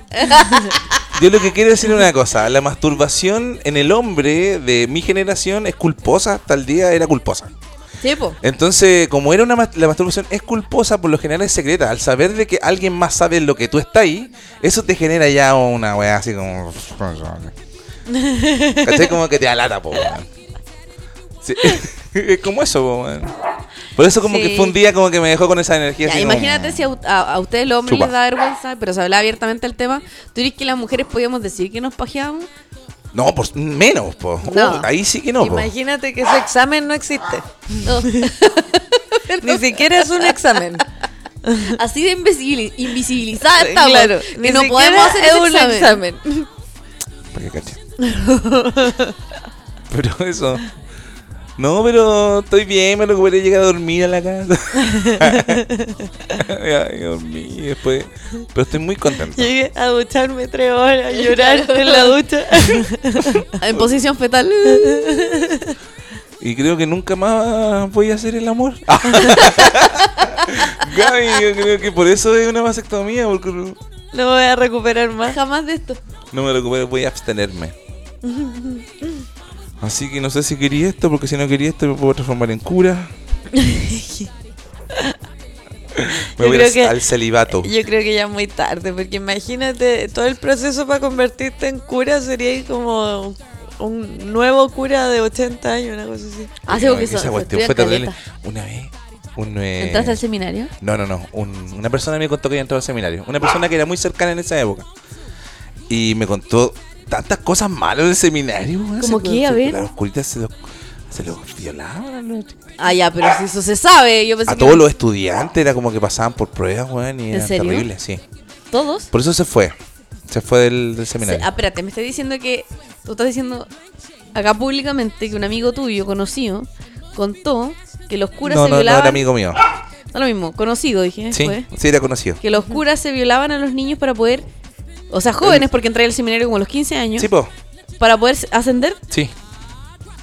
B: Yo lo que quiero decir es una cosa, la masturbación en el hombre de mi generación es culposa, hasta el día era culposa.
C: Sí, po.
B: Entonces, como era una mas- la masturbación es culposa, por lo general es secreta. Al saber de que alguien más sabe lo que tú estás ahí, eso te genera ya una weá así como. ¿Cachai? Como que te alata, po, weón. Sí. Es como eso, po, weón. Por eso, como
C: Sí.
B: que fue un día como que me dejó con esa energía.
C: Ya,
B: así como,
C: imagínate si a, u- a- a ustedes los hombres
B: Chupa.
C: les da vergüenza, pero se hablaba abiertamente el tema. ¿Tú crees que las mujeres podíamos decir que nos pajeábamos?
B: No, por menos, po.
C: No.
B: Uh, ahí sí que no,
D: pues.
B: po.
D: Imagínate que ese examen no existe.
C: No.
D: Ni siquiera es un examen.
C: Así de invisibil- invisibilizada estamos.
D: Claro,
C: que
D: ni
C: no
D: siquiera
C: podemos hacer
D: es
C: ese
D: un
C: examen.
D: examen.
B: Para que cachen. pero eso. No, pero estoy bien, me recuperé, llegué a dormir a la casa. Ay, dormí después. Pero estoy muy contento.
D: Llegué a ducharme tres horas, a llorar en la ducha.
C: En posición fetal.
B: Y creo que nunca más voy a hacer el amor. Gaby, yo creo que por eso es una vasectomía, porque no-
D: No voy a recuperar más.
C: Jamás de esto.
B: no me recupero, voy a abstenerme. Así que no sé si quería esto, porque si no quería esto me puedo transformar en cura. me
D: Yo
B: voy
D: creo
B: al,
D: que-
B: al celibato.
D: Yo creo que ya muy tarde, porque imagínate, todo el proceso para convertirte en cura sería como un nuevo cura de 80 años, una cosa así.
C: Hace
B: No,
C: que
B: esa
C: son-
B: cuestión
C: estudian
B: fue terrible.
C: caleta.
B: Una vez, un, eh,
C: ¿Entraste al seminario?
B: No, no, no. Un- una persona me contó que había entrado al seminario. Una persona que era muy cercana en esa época. Y me contó tantas cosas malas del seminario. weón.
C: ¿Cómo
B: Se-
C: qué? A
B: se-
C: ver.
B: Las oscuritas se los, se los violaban. a los-
C: Ah, ya, pero si eso se sabe. Yo
D: Pues
C: pensé
B: A
C: que
B: todos los estudiantes era como que pasaban por pruebas, weón, y
C: ¿En
B: era
C: serio?
B: terrible, sí.
C: todos.
B: Por eso se fue. Se fue del, del
C: Se-
B: seminario.
C: ah, espérate, me estás diciendo que. Tú estás diciendo acá públicamente que un amigo tuyo, conocido, contó que los curas
B: No,
C: se
B: no, no
C: violaban.
B: era amigo mío.
C: Da lo mismo, conocido, dije.
B: Sí,
C: fue.
B: sí, era conocido.
C: Que los curas se violaban a los niños para poder. O sea, jóvenes, porque entré al seminario como a los 15 años.
B: Sí, po.
C: para poder ascender.
B: Sí.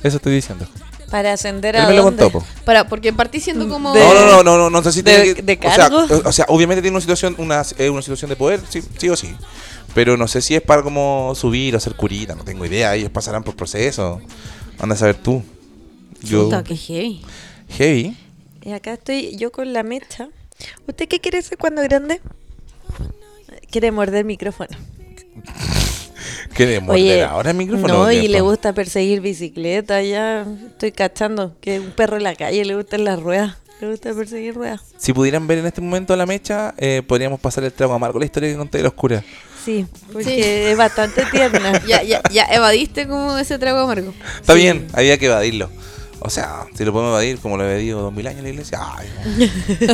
B: Eso estoy diciendo.
D: Para ascender
B: Él
D: a
B: me lo
D: dónde?
B: contó, po.
C: Para, porque partí siendo como.
D: De-
B: No, no, no, no, no, no sé si
D: de-
B: tiene que-
D: de
B: o sea,
D: cargo.
B: o- O, sea, obviamente tiene una situación, una, eh, una situación de poder, sí, sí o sí. Pero no sé si es para como subir o ser curita, no tengo idea. Ellos pasarán por proceso. Anda a saber tú. Yo.
C: Puta, qué heavy.
B: Heavy.
D: Y acá estoy yo con la mecha. ¿Usted qué quiere ser cuando grande? Quiere morder micrófono.
B: ¿Qué de morder ahora el micrófono?
D: No, y
B: Neto?
D: le gusta perseguir bicicleta. Ya estoy cachando que un perro en la calle le gustan las ruedas. Le gusta perseguir ruedas.
B: Si pudieran ver en este momento la mecha, eh, podríamos pasar el trago amargo. La historia que conté de la oscura.
D: Sí, porque es bastante tierna.
C: Ya, ya, ya evadiste como ese trago amargo.
B: Está bien, había que evadirlo. O sea, si lo podemos evadir como lo he evadido dos mil años en la iglesia. Ay,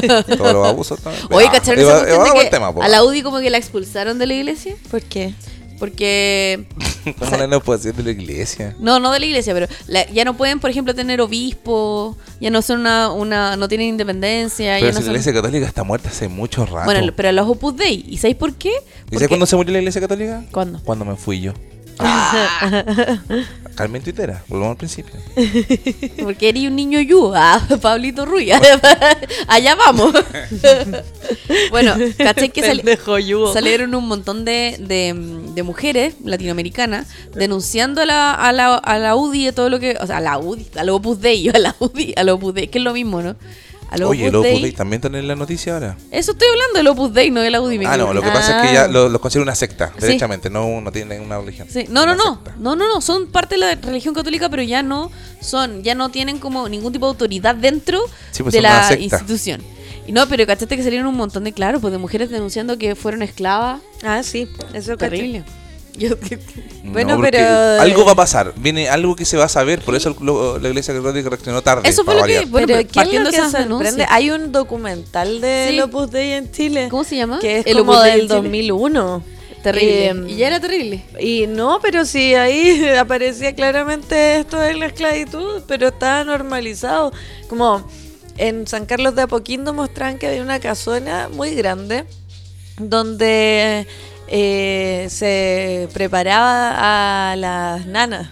B: no. todos los abusos también.
C: Oye,
B: Ah,
C: ¿cacharon
B: eva-
C: esa cuestión de
B: evadamos
C: que
B: el tema, po.
C: a la UDI como que la expulsaron de la iglesia?
D: ¿Por qué?
C: Porque...
B: Vamos a la oposición de la iglesia.
C: No, no de la iglesia, pero la- ya no pueden, por ejemplo, tener obispo, ya no son una... una no tienen independencia,
B: Pero si
C: ya no
B: la
C: son...
B: iglesia católica está muerta hace mucho rato.
C: Bueno, lo- pero los Opus Dei. ¿Y sabéis por qué?
B: ¿Y sabes cuándo se murió la iglesia católica?
C: ¿Cuándo?
B: Cuando me fui yo. Carmen Tuitera, volvamos al principio.
C: Porque eres un niño yu, ah, Pablito Ruiz. Allá vamos. bueno, caché que sali-
D: Pendejo yugo.
C: salieron un montón de, de, de mujeres latinoamericanas denunciando a la, a la, a la UDI de todo lo que. O sea, a la UDI, a los Opus Dei, yo a la UDI, a los Opus Dei, que es lo mismo, ¿no? A los
B: Oye,
C: Opus
B: el Opus
C: Dei-
B: Dei también están en la noticia ahora.
C: Eso estoy hablando del Opus Dei, no de la UDI. me
B: Ah, no,
C: equivoqué.
B: lo que pasa es que ya lo- los consideran una secta,
C: Sí.
B: derechamente, no, no tienen una religión.
C: Ah, Sí, No, no,
B: Una
C: no,
B: secta.
C: no, no, no, son parte de la religión católica, pero ya no son, ya no tienen como ningún tipo de autoridad dentro
B: Sí, pues
C: de
B: son una
C: la
B: secta.
C: institución. Y no, pero cachaste que salieron un montón de claros, pues de mujeres denunciando que fueron esclavas.
D: Ah, sí, eso caché.
C: Terrible. Yo-
D: Bueno,
B: porque
C: eh,
D: pero-
B: Algo va a pasar, viene algo que se va a saber, por eso el- lo- la iglesia católica reaccionó tarde.
C: Eso fue
B: para
C: lo que-
B: variar.
C: Bueno,
D: pero
C: pero
D: ¿qué es
C: partiendo de
D: lo que
C: esas
D: sorprende?
C: denuncias.
D: Hay un documental de
C: Sí.
D: Opus Dei en Chile.
C: ¿Cómo se llama?
D: Que es
C: El
D: como
C: Opus Dei en
D: del
C: Chile.
D: 2001.
C: terrible.
D: Em,
C: y ya era terrible.
D: Y no, pero sí, ahí aparecía claramente esto de la esclavitud, pero estaba normalizado. Como en San Carlos de Apoquindo mostraban que había una casona muy grande donde eh, se preparaba a las nanas.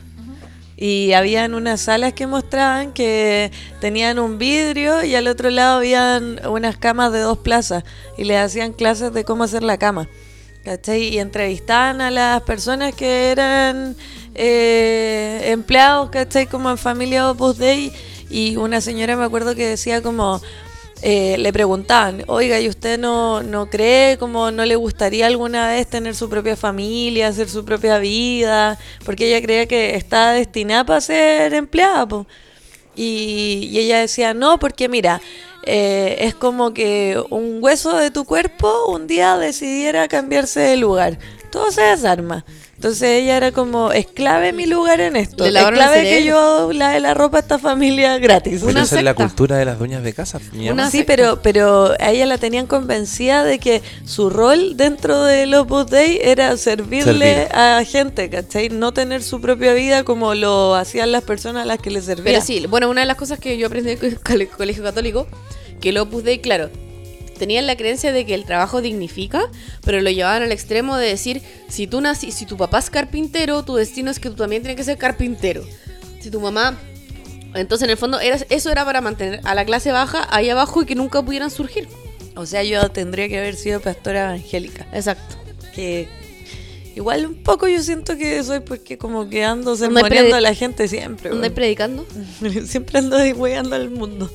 D: Y habían unas salas que mostraban que tenían un vidrio y al otro lado habían unas camas de dos plazas y les hacían clases de cómo hacer la cama. ¿Cachai? Y entrevistaban a las personas que eran eh, empleados, ¿cachai? Como en familia Opus Dei. Y una señora me acuerdo que decía como, eh, le preguntaban, oiga, ¿y usted no, no cree como no le gustaría alguna vez tener su propia familia, hacer su propia vida? Porque ella creía que estaba destinada para ser empleada. po. Y, y ella decía, no, porque mira, eh, es como que un hueso de tu cuerpo un día decidiera cambiarse de lugar. Todo se desarma. Entonces ella era como, esclave mi lugar en esto.
C: Le lavaron el
D: Esclave que yo
C: cerebro.
D: lave la ropa a esta familia gratis.
B: Pero
C: una
B: esa es la
C: secta.
B: cultura de las dueñas de casa. mi
C: Una
B: amor.
D: sí,
C: secta.
D: pero, pero a ella la tenían convencida de que su rol dentro del Opus Dei era servirle
B: Servir.
D: a gente, ¿cachai? No tener su propia vida como lo hacían las personas a las que le servían.
C: Pero sí, bueno, una de las cosas que yo aprendí en el cole- colegio católico, que el Opus Dei, claro, tenían la creencia de que el trabajo dignifica, pero lo llevaban al extremo de decir, si tú nací, si tu papá es carpintero, tu destino es que tú también tienes que ser carpintero. Si tu mamá... Entonces, en el fondo, era, eso era para mantener a la clase baja ahí abajo y que nunca pudieran surgir.
D: O sea, yo tendría que haber sido pastora evangélica.
C: Exacto.
D: Que igual un poco yo siento que soy porque como que ando
C: Onda
D: sermoneando
C: predi-
D: a la gente siempre.
C: ¿Andáis
D: weón.
C: predicando?
D: siempre ando deshueando al mundo.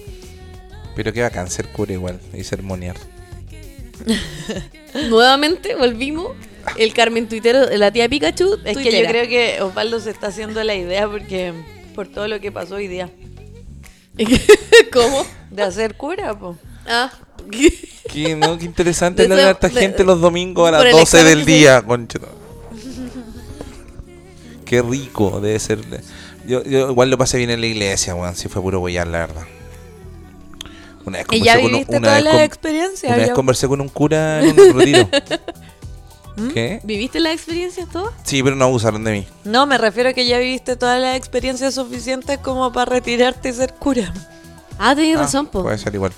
B: Pero que va a cáncer cura igual y sermonear.
C: Nuevamente, volvimos. El Carmen Tuitero, la tía Pikachu.
D: Es que yo creo que Osvaldo se está haciendo la idea porque por todo lo que pasó hoy día.
C: que... ¿Cómo?
D: De hacer cura, po.
C: Ah.
B: Qué, no, qué interesante
C: De
B: hablar a
C: eso-
B: esta
C: de-
B: gente los domingos a
C: por
B: las
C: el
B: 12
C: examen
B: del
C: que se-
B: día, concha. Qué rico debe ser. Yo, yo igual lo pasé bien en la iglesia, weón. Si fue puro boyar, la verdad. Una vez
D: Y ya
B: conversé con un-
D: viviste
B: una
D: todas
B: vez
D: las
B: con-
D: experiencias.
B: Una vez
D: yo-
B: conversé con un cura en un retiro.
C: ¿Mm?
B: ¿Qué?
C: ¿Viviste las experiencias todas?
B: Sí, pero no abusaron de mí.
D: No, me refiero a que ya viviste todas las experiencias suficientes como para retirarte y ser cura.
C: Ah, tenés
B: Ah,
C: razón, po.
B: Puede ser igual.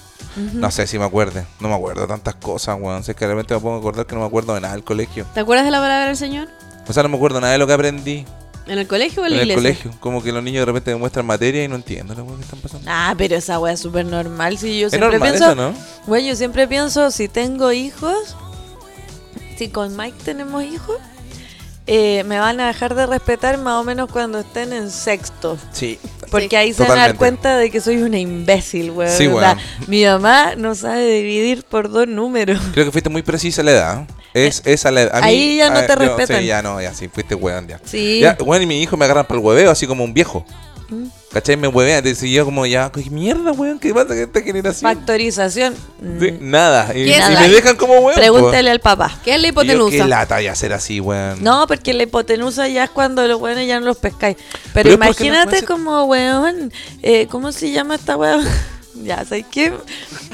B: No sé si me acuerde. No me acuerdo tantas cosas, weón. Sé que realmente me puedo acordar que no me acuerdo de nada del colegio.
C: ¿Te acuerdas de la palabra del Señor?
B: O sea, no me acuerdo nada de lo que aprendí
C: ¿En el colegio o en
B: en
C: la
B: el
C: iglesia?
B: colegio. Como que los niños de repente me muestran materia y no entiendo lo que están pasando.
D: Ah, pero esa wea es súper normal. Si yo
B: Es
D: siempre
B: normal
D: pienso,
B: eso, ¿no?
D: Güey, yo siempre pienso, si tengo hijos, si con Mike tenemos hijos, eh, me van a dejar de respetar más o menos cuando estén en sexto.
B: Sí.
D: Porque ahí se van a dar
B: Totalmente.
D: cuenta de que soy una imbécil, weón.
B: Sí,
D: O sea,
B: weón.
D: mi mamá no sabe dividir por dos números.
B: Creo que fuiste muy precisa a la edad. ¿eh? Es, es a la edad. A
D: Eh, Ahí ya no
B: a-
D: te
B: yo-
D: respetan.
B: Sí, ya no, ya sí, fuiste weón ya.
D: Sí. Mm.
B: Ya, weón, y mi hijo me agarran para el hueveo, así como un viejo. ¿Cachai? Me huevean. Entonces yo como ya, ¿qué mierda, weón? ¿Qué pasa con esta generación?
D: Factorización. mm,
B: Sí, nada. Y,
C: ¿Qué es
B: y
C: la-
B: me dejan como weón.
D: Pregúntale al papá.
C: ¿Qué es la
B: po. Y yo,
C: hipotenusa?
B: Qué lata ya ser así, weón.
D: No, porque la hipotenusa ya es cuando los weones ya no los pescáis. Pero,
B: Pero es porque no
D: imagínate
B: puede ser-
D: como, weón, eh, ¿cómo se llama esta weón? ya, ¿sabes qué?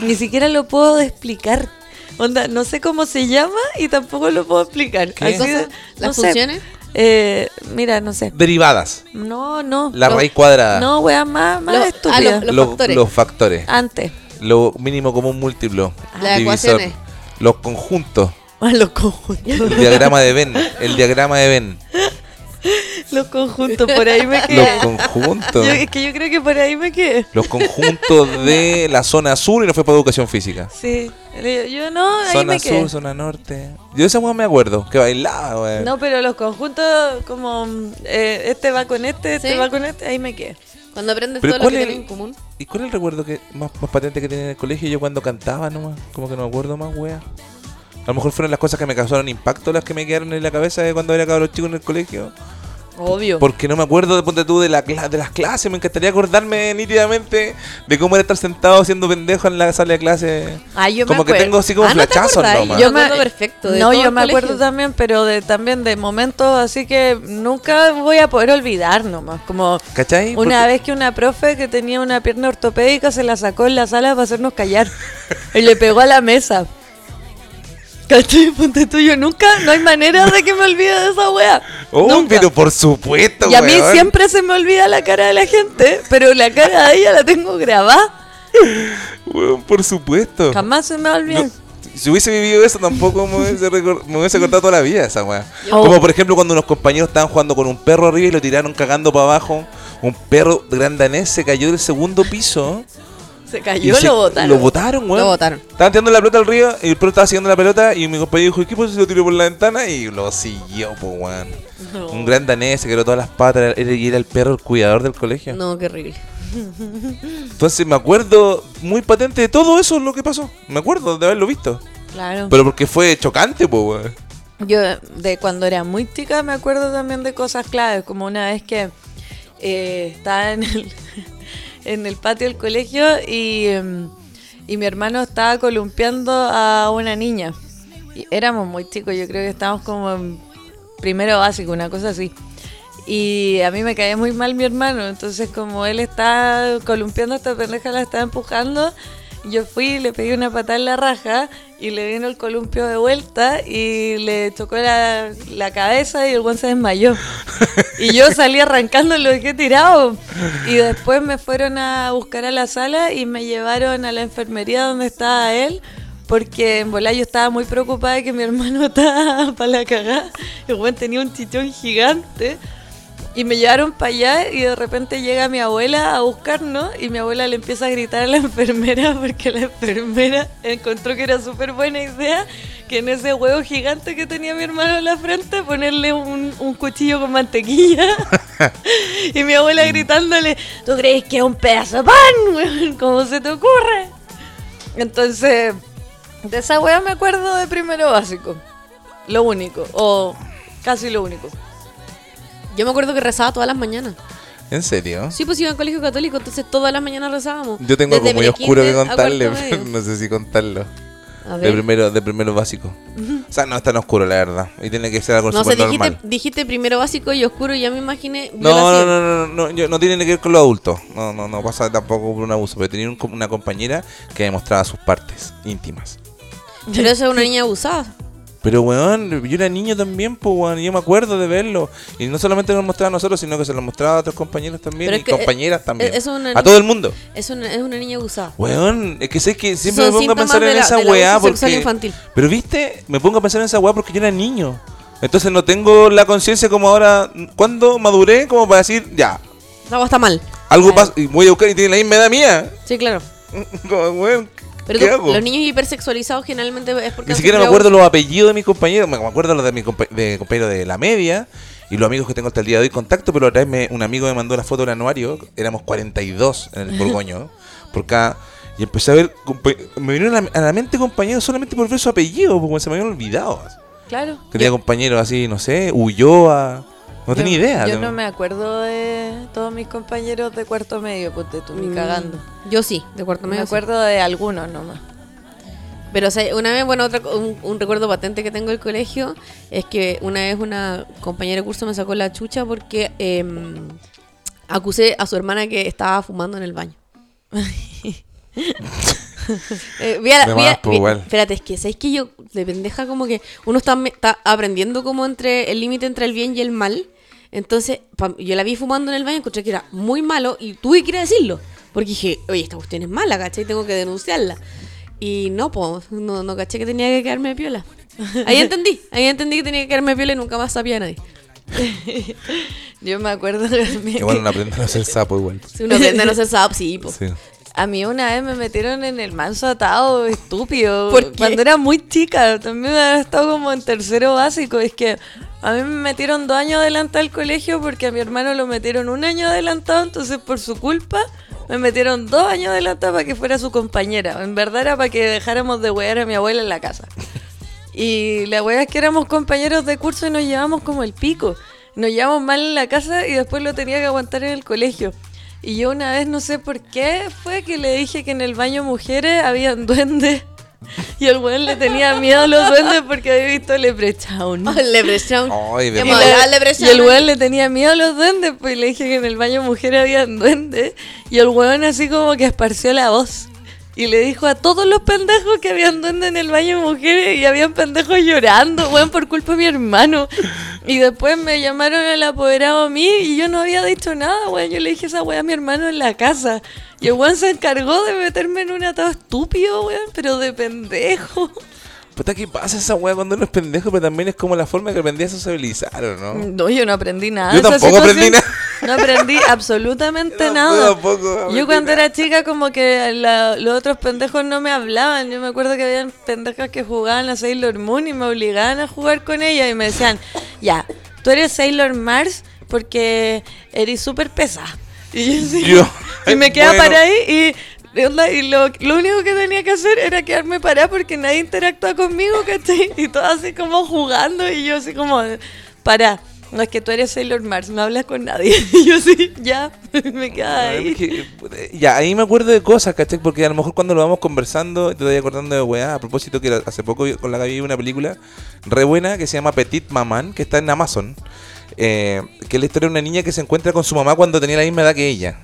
D: Ni siquiera lo puedo explicar. Onda, no sé cómo se llama y tampoco lo puedo explicar.
B: ¿Qué?
D: Así de-
C: ¿Las
D: no sé.
C: funciones?
D: Eh, mira, no sé.
B: Derivadas.
D: No, no.
B: La
D: Lo-
B: raíz cuadrada.
D: No, weón, más, más
C: Lo- ah, lo-
D: estúpida.
C: Los
B: Lo-
C: factores.
B: Los factores.
D: Antes.
B: Lo mínimo común múltiplo.
C: Las
B: divisor.
C: ecuaciones.
B: Los conjuntos.
D: Ah, Los conjuntos.
B: El diagrama de Venn. El diagrama de Venn.
D: Los conjuntos, por ahí me
B: Los
D: quedé. Yo-
B: conjuntos.
D: es que yo creo que por ahí me quedé.
B: Los conjuntos de la zona sur y no fue para educación física.
D: Sí. Yo, yo no, ahí
B: Zona
D: me quedé.
B: sur, zona norte. Yo esa weá me acuerdo, que bailaba, weón.
D: No, pero los conjuntos, como mm, eh, este va con este, este
C: Sí.
D: va con este, ahí me quedé.
C: Cuando aprendes
B: Pero
C: todo lo
B: ¿cuál
C: que
B: es-
C: tienen en común.
B: ¿Y cuál es el recuerdo que más, más patente que tenía en el colegio? Yo cuando cantaba nomás, como que no me acuerdo más, wea. A lo mejor fueron las cosas que me causaron impacto las que me quedaron en la cabeza de cuando era cabro chico en el colegio.
D: Obvio.
B: Porque no me acuerdo de ponte tú de, la cla- de las clases. Me encantaría acordarme nítidamente de cómo era estar sentado siendo pendejo en la sala de clase.
D: Ah, yo me
B: como que
D: acuerdo.
B: tengo así como
C: Ah, ¿no te
B: flachazos
C: acordáis?
B: nomás.
C: Yo me acuerdo perfecto de
D: no,
C: todo
D: yo
C: el
D: me
C: colegio.
D: acuerdo también, pero de, también de momentos así que nunca voy a poder olvidar nomás. Como
B: ¿Cachai?
D: una
B: Porque-
D: vez que una profe que tenía una pierna ortopédica se la sacó en la sala para hacernos callar y le pegó a la mesa. ¿Cachai? Ponte tú, yo nunca, no hay manera de que me olvide de esa wea.
B: Oh,
D: Nunca.
B: pero por supuesto,
D: Y a mí
B: weón.
D: siempre se me olvida la cara de la gente, pero la cara de ella la tengo grabada.
B: Weón, por supuesto.
D: Jamás se me olvida.
B: No, si hubiese vivido eso, tampoco me hubiese, recor- me hubiese cortado toda la vida esa weá.
D: Oh.
B: Como por ejemplo cuando unos compañeros estaban jugando con un perro arriba y lo tiraron cagando para abajo. Un perro gran danés se cayó del segundo piso.
D: Se
B: y
D: cayó,
B: se-
D: lo botaron.
B: Lo botaron, weón.
C: Lo botaron.
B: Estaban tirando la pelota al río y el perro estaba siguiendo la pelota y mi compañero dijo, ¿qué pasa si lo tiró por la ventana? Y lo siguió, pues weón. Un gran danés se quebró todas las patas era- y era el perro el cuidador del colegio.
C: No, qué horrible.
B: Entonces me acuerdo muy patente de todo eso lo que pasó. Me acuerdo de haberlo visto.
D: Claro.
B: Pero porque fue chocante, pues weón.
D: Yo de cuando era muy chica me acuerdo también de cosas claves, como una vez que eh, estaba en el, en el patio del colegio y, em, y mi hermano estaba columpiando a una niña. Y éramos muy chicos, yo creo que estábamos como en primero básico, una cosa así. Y a mí me caía muy mal mi hermano, entonces como él está columpiando a esta pendeja, la está empujando, yo fui y le pegué una patada en la raja y le vino el columpio de vuelta y le chocó la, la cabeza y el buen se desmayó. Y yo salí arrancando lo que he tirado. Y después me fueron a buscar a la sala y me llevaron a la enfermería donde estaba él. Porque en volar yo estaba muy preocupada de que mi hermano estaba para la cagada. El buen tenía un chichón gigante. Y me llevaron para allá y de repente llega mi abuela a buscarnos y mi abuela le empieza a gritar a la enfermera porque la enfermera encontró que era súper buena idea que en ese huevo gigante que tenía mi hermano en la frente ponerle un, un cuchillo con mantequilla. y mi abuela gritándole, ¿tú crees que es un pedazo de pan? weón? ¿Cómo se te ocurre? Entonces, de esa hueá me acuerdo de primero básico. Lo único, o casi lo único.
C: Yo me acuerdo que rezaba todas las mañanas.
B: Ah. ¿En serio?
C: Sí, pues iba en colegio católico, entonces todas las mañanas rezábamos.
B: Yo tengo
C: Desde
B: algo muy
C: prekinder
B: oscuro que
C: a
B: contarle,
C: cuarto
B: pero
C: medio.
B: no sé si contarlo.
C: A
B: De
C: ver.
B: primero, de primero básico. O sea, no es tan oscuro, la verdad. Y tiene que ser algo
C: No sé,
B: súper
C: dijiste,
B: normal.
C: dijiste primero básico y oscuro y ya me imaginé.
B: No, no,
C: violación.
B: no, no, no, yo- no tiene que ver con los adultos. No, no, no pasa tampoco por un abuso. Pero tenía un com- una compañera que demostraba sus partes íntimas.
C: Pero eso es una niña abusada.
B: Pero, weón, yo era niño también, pues, weón, y yo me acuerdo de verlo. Y no solamente nos mostraba a nosotros, sino que se lo mostraba a otros compañeros también
C: Pero
B: y
C: es que, eh,
B: compañeras también.
C: eh, es una
B: a todo el mundo.
C: Es una, es una niña abusada.
B: Weón, es que sé que siempre
C: Son
B: me pongo a
C: síntomas
B: pensar
C: de
B: en
C: la-
B: esa
C: del abuso
B: weá
C: sexual
B: porque.
C: infantil.
B: Pero viste, me pongo a pensar en esa weá porque yo era niño. Entonces no tengo la conciencia como ahora. Cuando maduré, como para decir, ya,
C: No, está mal.
B: algo pasa. Y voy a buscar y tiene la misma edad mía.
C: Sí, claro.
B: Como, weón,
C: Pero
B: ¿qué
C: tú-
B: hago?
C: los niños hipersexualizados generalmente es porque...
B: Ni
C: han
B: siquiera me
C: sufrido
B: acuerdo
C: abuso.
B: los apellidos de mis compañeros. Me me acuerdo los de mi compa- de compañero de la media y los amigos que tengo hasta el día de hoy contacto. Pero otra vez me- un amigo me mandó la foto del anuario. Éramos 42 en el Borgoño. por cada. Y empecé a ver. compa- Me vinieron a la, a la mente compañeros solamente por ver su apellido. Porque se me habían olvidado.
D: Claro.
B: Que tenía compañeros así, no sé, Ulloa. No tenía
D: Yo-
B: idea.
D: Yo
B: ¿no?
D: no me acuerdo de todos mis compañeros de cuarto medio, ponte tú, ni cagando.
C: Yo sí, Mm, de cuarto
D: Me
C: medio. sí.
D: acuerdo de algunos nomás.
C: Pero o sea, una vez, bueno, otra, co- un, un recuerdo patente que tengo del colegio es que una vez una compañera de curso me sacó la chucha porque em, acusé a su hermana que estaba fumando en el baño. Eh, vi a la-
B: De
C: vi a-
B: más, pues,
C: vi-
B: igual.
C: espérate, es que sabes que yo de pendeja como que uno está, me- está aprendiendo como entre el límite entre el bien y el mal. Entonces, pa- yo la vi fumando en el baño, encontré que era muy malo y tuve que ir a decirlo. Porque dije, oye, esta cuestión es mala, ¿cachai? Tengo que denunciarla. Y no, pues, no, no caché que tenía que quedarme de piola. Ahí entendí, ahí entendí que tenía que quedarme de piola y nunca más sabía a nadie.
D: Yo me acuerdo de
B: Igual no aprendieron a ser sapo igual.
C: Si uno aprende a no ser sap, sí, po.
B: Sí.
D: A mí una vez me metieron en el manso atado, estúpido.
C: ¿Por qué?
D: Cuando era muy chica, también había estado como en tercero básico. Es que a mí me metieron dos años adelante al colegio porque a mi hermano lo metieron un año adelantado, entonces por su culpa me metieron dos años adelantado para que fuera su compañera. En verdad era para que dejáramos de huear a mi abuela en la casa. Y la wea es que éramos compañeros de curso y nos llevamos como el pico. Nos llevamos mal en la casa y después lo tenía que aguantar en el colegio. Y yo una vez, no sé por qué, fue que le dije que en el baño mujeres habían duendes. Y el weón le tenía miedo a los duendes porque había visto Leprechaun.
C: Leprechaun.
B: Ay, de
C: Qué
D: Y,
B: verdad.
C: mala
D: la-
C: Leprechaun.
D: y el weón le tenía miedo a los duendes, pues y le dije que en el baño mujeres habían duendes. Y el weón así como que esparció la voz. Y le dijo a todos los pendejos que habían duendes en el baño mujeres y habían pendejos llorando, weón, por culpa de mi hermano. Y después me llamaron al apoderado a mí y yo no había dicho nada, weón. Yo le dije esa weá a mi hermano en la casa. Y el weón se encargó de meterme en un atado estúpido, weón, pero de pendejo.
B: Puta, Pues ¿qué pasa esa weá cuando uno es pendejo? Pero también es como la forma que aprendí a sociabilizar, ¿o no?
D: No, yo no aprendí nada.
B: Yo
D: de esa
B: tampoco aprendí
D: situación.
B: nada.
D: No aprendí absolutamente
B: Yo
D: nada.
B: tampoco aprendí
D: yo cuando
B: nada.
D: era chica como que la- los otros pendejos no me hablaban. Yo me acuerdo que habían pendejas que jugaban a Sailor Moon y me obligaban a jugar con ella y me decían, ya, tú eres Sailor Mars porque eres súper pesada. Y yo, así-
B: Yo-
D: y me quedaba
B: Bueno.
D: para ahí y... y onda, y lo, lo único que tenía que hacer era quedarme parada porque nadie interactuaba conmigo, ¿cachai? Y todo así como jugando y yo así como, para, no es que tú eres Sailor Mars, no hablas con nadie. Y yo así, ya, me quedaba
B: Ay,
D: ahí.
B: porque, puta, ya, ahí me acuerdo de cosas, ¿cachai? Porque a lo mejor cuando lo vamos conversando, te estoy acordando de weá. A propósito, que la- hace poco vi- con la Gaby vi una película re buena que se llama Petit Maman, que está en Amazon. eh, que es la historia de una niña que se encuentra con su mamá cuando tenía la misma edad que ella.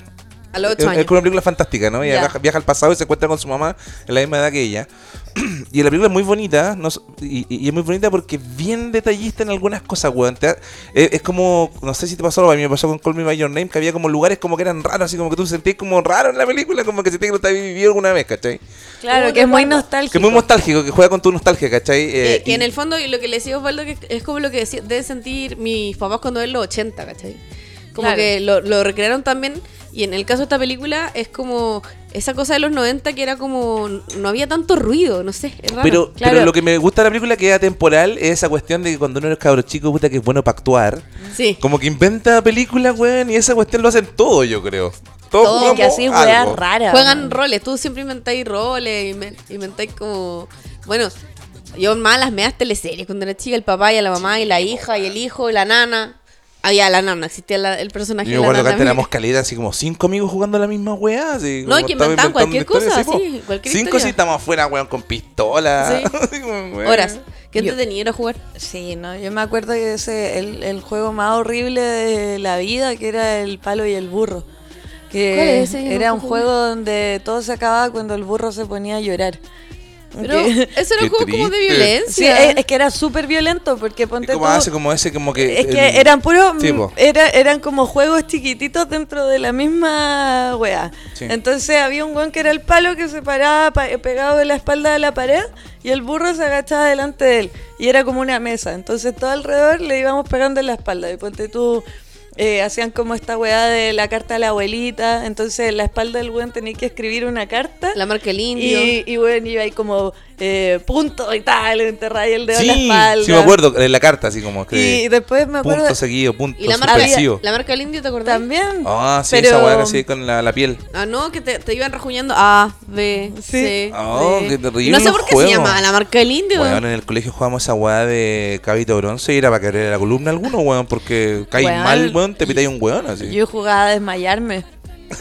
C: A los
B: Es-
C: ocho
B: Es
C: años.
B: como una película fantástica, ¿no? Ella
D: Ya.
B: viaja, viaja al pasado y se encuentra con su mamá en la misma edad que ella. y la película es muy bonita, no s- y, y- y es muy bonita porque es bien detallista en algunas cosas, weón. Te da- Es, es como, no sé si te pasó, a mí me pasó con Call Me By Your Name, que había como lugares como que eran raros, así como que tú sentías como raro en la película, como que sentías que lo estabas viviendo alguna vez, ¿cachai?
D: Claro, que es muy nostálgico.
B: Que es muy nostálgico, que juega con tu nostalgia, ¿cachai? Eh,
C: que, que en
B: y-
C: el fondo y lo que le decía Osvaldo que es como lo que deci- deben sentir mis papás cuando ven los 80, ¿cachai? Como
D: Claro.
C: que lo, lo recrearon también y en el caso de esta película es como esa cosa de los 90 que era como no había tanto ruido, no sé, es raro.
B: Pero,
D: claro.
B: pero lo que me gusta de la película que es atemporal es esa cuestión de que cuando uno es cabro chico, puta que es bueno para actuar.
C: sí.
B: Como que inventa películas, weón, y esa cuestión lo hacen todo, yo creo. Todo,
D: Todo, que así weá rara.
C: Juegan
D: man.
C: roles, tú siempre inventáis roles, inven- inventáis como... Bueno, yo malas me das teleseries cuando era chica, el papá y a la mamá y la hija y el hijo y la nana. Había la nana, existía la- el personaje
B: Yo
C: de
B: me
C: la
B: acuerdo que
C: nana.
B: antes éramos caleta, así como cinco amigos jugando a la misma weá. Así,
C: No,
B: como
C: que
B: estaba
C: inventaban
B: inventando
C: cualquier cosa,
B: historias,
C: sí,
B: po.
C: cualquier
B: Cinco
C: historia.
B: sí estamos afuera, weón, con pistola.
C: Sí.
B: Así como, weón.
C: Horas. Qué
D: Yo-
C: entretenido era jugar.
D: Sí, no, yo me acuerdo que ese el, el juego más horrible de la vida, que era el palo y el burro. Que
C: ¿Cuál es ese? Yo
D: era
C: nunca
D: un
C: jugué.
D: juego donde todo se acababa cuando el burro se ponía a llorar.
C: Pero
D: Que-
C: eso
B: Qué
C: era un juego como de
B: triste.
D: Sí,
C: violencia.
D: es es que era súper violento porque
B: Y
D: ponte
B: como
D: tú-
B: hace como ese, como que.
D: Es que
B: el-
D: eran puros. mm,
B: Sí, po.
D: era- eran como juegos chiquititos dentro de la misma wea.
B: Sí.
D: Entonces había un weón que era el palo que se paraba pa- pegado de la espalda de la pared y el burro se agachaba delante de él. Y era como una mesa. Entonces todo alrededor le íbamos pegando en la espalda. Y ponte tú. eh, hacían como esta weá de la carta a la abuelita. Entonces en la espalda del weón tenía que escribir una carta.
C: La marca el indio.
D: y, y bueno, iba ahí como eh, punto y tal, enterrar el dedo en la
B: Sí,
D: espalda.
B: sí, me acuerdo, en la carta, así como que.
D: Y después me acuerdo.
B: Punto seguido, punto
C: Y la marca,
B: suspensivo.
C: la marca del indio, ¿te acordás?
D: También.
B: Ah, sí,
D: pero-
B: esa weá así con la, la piel.
C: Ah, no, que te, te iban rajuñando A, B, C.
D: Ah,
B: Oh,
C: D.
B: qué terrible
C: No sé
B: los
C: por qué
B: juegos.
C: se llama la marca del indio.
B: Weón, en el colegio jugábamos esa weá de cabito bronce y era para caer la columna alguno, weón, porque caí
D: Weón,
B: mal, weón, te pitáis un weón así.
D: Yo jugaba a desmayarme.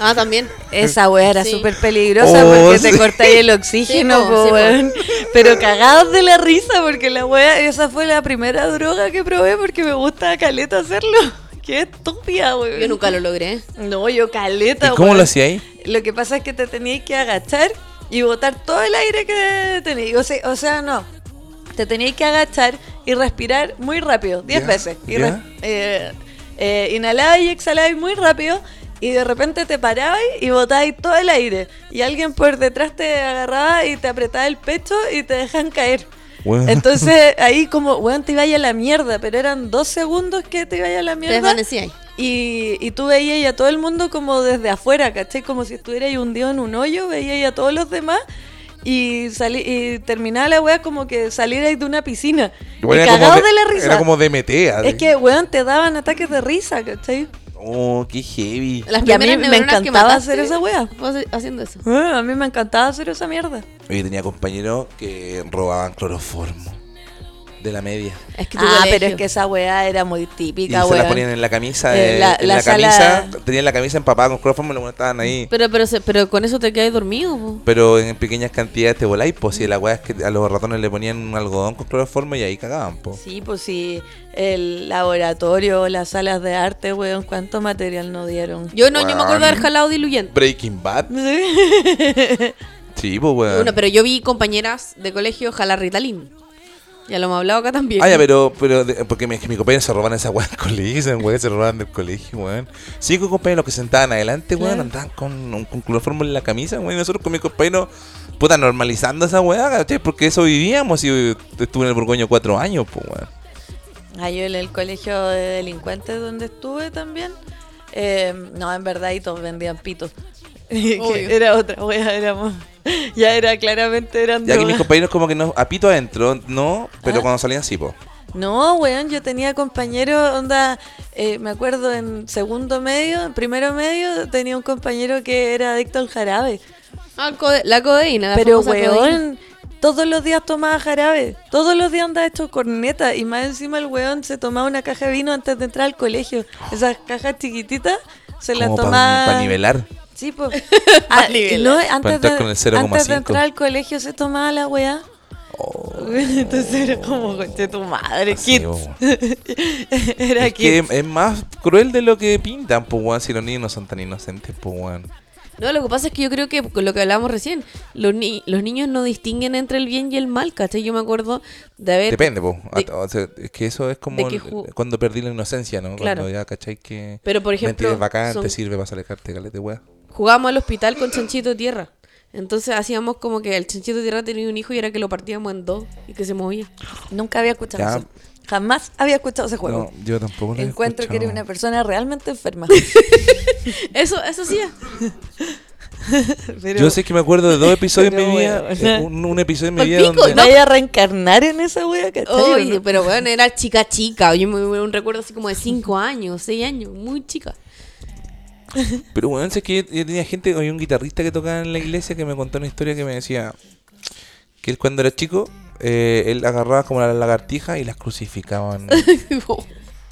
C: Ah, también.
D: Esa wea era
C: Sí.
D: súper peligrosa
B: Oh,
D: porque
B: sí.
D: te cortáis el oxígeno,
C: Sí, po,
D: po,
C: sí, po.
D: weón. Pero cagados de la risa porque la wea, esa fue la primera droga que probé porque me gusta caleta hacerlo. Qué estúpida, weón.
C: Yo nunca lo logré.
D: No, yo caleta,
B: ¿Y cómo
D: weón.
B: lo hacía ahí?
D: Lo que pasa es que te tenías que agachar y botar todo el aire que tenías. O sea, o sea, no. Te tenías que agachar y respirar muy rápido, 10
B: Ya,
D: veces. Y
B: ya.
D: res- eh, eh, inhalabas y exhalabas muy rápido. Y de repente te parabas y botabas todo el aire. Y alguien por detrás te agarraba y te apretaba el pecho y te dejan caer.
B: Weón.
D: Entonces ahí como, weón, te iba a la mierda, pero eran dos segundos que te iba a la
C: Te
D: mierda.
C: desvanecí ahí.
D: Y, y tú veías a todo el mundo como desde afuera, ¿cachai? Como si estuviera ahí hundido en un hoyo, veías a todos los demás y, salí, y terminaba la wea como que salierais de una piscina.
B: Weón,
D: y
B: era como
D: cagados
B: de-
D: de, la risa.
B: Era como DMT, así.
D: Es que, weón, te daban ataques de risa, ¿cachai?
B: Oh, qué heavy.
C: Las
D: Y a
C: primeras
D: mí me
C: neuronas que
D: encantaba
C: mataste,
D: hacer esa wea.
C: fue hace- haciendo eso.
D: Weón, Ah, a mí me encantaba hacer esa mierda.
B: Yo tenía compañeros que robaban cloroformo de la media.
C: Es que tu
D: Ah, pero es
C: colegio.
D: que esa wea era muy
B: Y
D: típica,
B: se la
D: weón.
B: ponían en la camisa,
D: Eh,
B: de-
D: la-
B: en
D: la
B: la,
D: sala-
B: camisa, tenían la camisa empapada con cloroformo y los buenos estaban ahí.
C: Pero, pero, se- pero con eso te quedas dormido. po.
B: Pero en pequeñas cantidades te voláis, pues, y la weá es que a los ratones le ponían un algodón con cloroformo y ahí cagaban, po.
D: Sí, pues sí, el laboratorio, las salas de arte, weón, cuánto material no dieron.
C: Yo no, yo me acuerdo de haber
B: Weón.
C: jalado diluyente.
B: Breaking Bad. Sí, pues, weón.
C: Bueno, pero yo vi compañeras de colegio jalar Ritalin. Ya lo hemos hablado acá también.
B: Ah, ya, pero, pero de- porque mis mi compañeros se roban esa weá del colegio, se weón, se roban del colegio, weón. Cinco compañeros que sentaban adelante, weón, andaban con, un- con cloroformo en la camisa, weón. Y nosotros con mis compañeros, puta, normalizando esa weá, ¿cachai? Porque eso vivíamos y estuve en el Borgoño cuatro años, pues, weón.
D: Ah, yo en el colegio de delincuentes donde estuve también. eh, no, en verdad, y todos vendían pitos. Que
C: Obvio.
D: era otra wea, éramos. Ya era, claramente eran
B: Ya que mis
D: drogas.
B: compañeros como que no, apito adentro, no, pero
D: Ah.
B: cuando salían sí, po.
D: No, weón, yo tenía compañeros, onda, eh, me acuerdo en segundo medio, en primero medio, tenía un compañero que era adicto al jarabe.
C: Ah, el code- la codeína. la
D: Pero,
C: famosa codeína.
D: weón, todos los días tomaba jarabe. Todos los días andaba hecho corneta. Y más encima el weón se tomaba una caja de vino antes de entrar al colegio. Esas cajas chiquititas se las
B: Como para
D: tomaba.
B: nivelar.
D: Sí, po.
C: Pa'
D: Ah,
C: nivelar.
D: no,
B: Pa'
D: antes,
B: entrar
D: de,
B: con el 0,5.
D: antes de entrar al colegio se tomaba la weá. Entonces era como, conche tu madre,
B: Ah, Sí,
D: kids.
B: po, weón.
D: Era
B: Es que
D: kids.
B: es más cruel de lo que pintan, pues, weón, si los niños no son tan inocentes, pues, weón.
C: No, lo que pasa es que yo creo que con lo que hablábamos recién, los, ni- los niños no distinguen entre el bien y el mal, ¿cachai? Yo me acuerdo de haber.
B: Depende, po. A-
C: de-
B: o sea, es que eso es como
C: de que
B: el-
C: ju-
B: cuando perdí la inocencia, ¿no?
C: Claro.
B: Cuando ya, ¿cachai? Que
C: Pero, por ejemplo,
B: mentir es bacán,
C: son-
B: te sirve para alejarte, calete, weá.
C: Jugábamos al hospital con chanchito de tierra. Entonces hacíamos como que el chanchito de tierra tenía un hijo y era que lo partíamos en dos y que se movía.
D: Nunca había escuchado
B: Ya.
D: eso. Jamás había escuchado ese juego.
B: No, yo tampoco lo he
D: Encuentro que eres una
B: escuchado.
D: persona realmente enferma.
C: Eso, eso sí. es.
D: Pero-
B: Yo sé que me acuerdo de dos episodios en
D: Pero,
B: mi vida.
D: weón.
B: eh, Un, un epidio en mi vida
C: Palpico,
B: donde...
C: ¿no?
D: vaya a reencarnar en esa wea, ¿cachai? ¿O
C: Oye,
D: no?
C: pero bueno, era chica chica. Yo me me- un recuerdo así como de 5 años, 6 años, muy chica.
B: Pero bueno, es que yo, yo tenía gente, había un guitarrista que tocaba en la iglesia que me contó una historia que me decía que él cuando era chico, eh, él agarraba como las lagartijas y las crucificaban. y,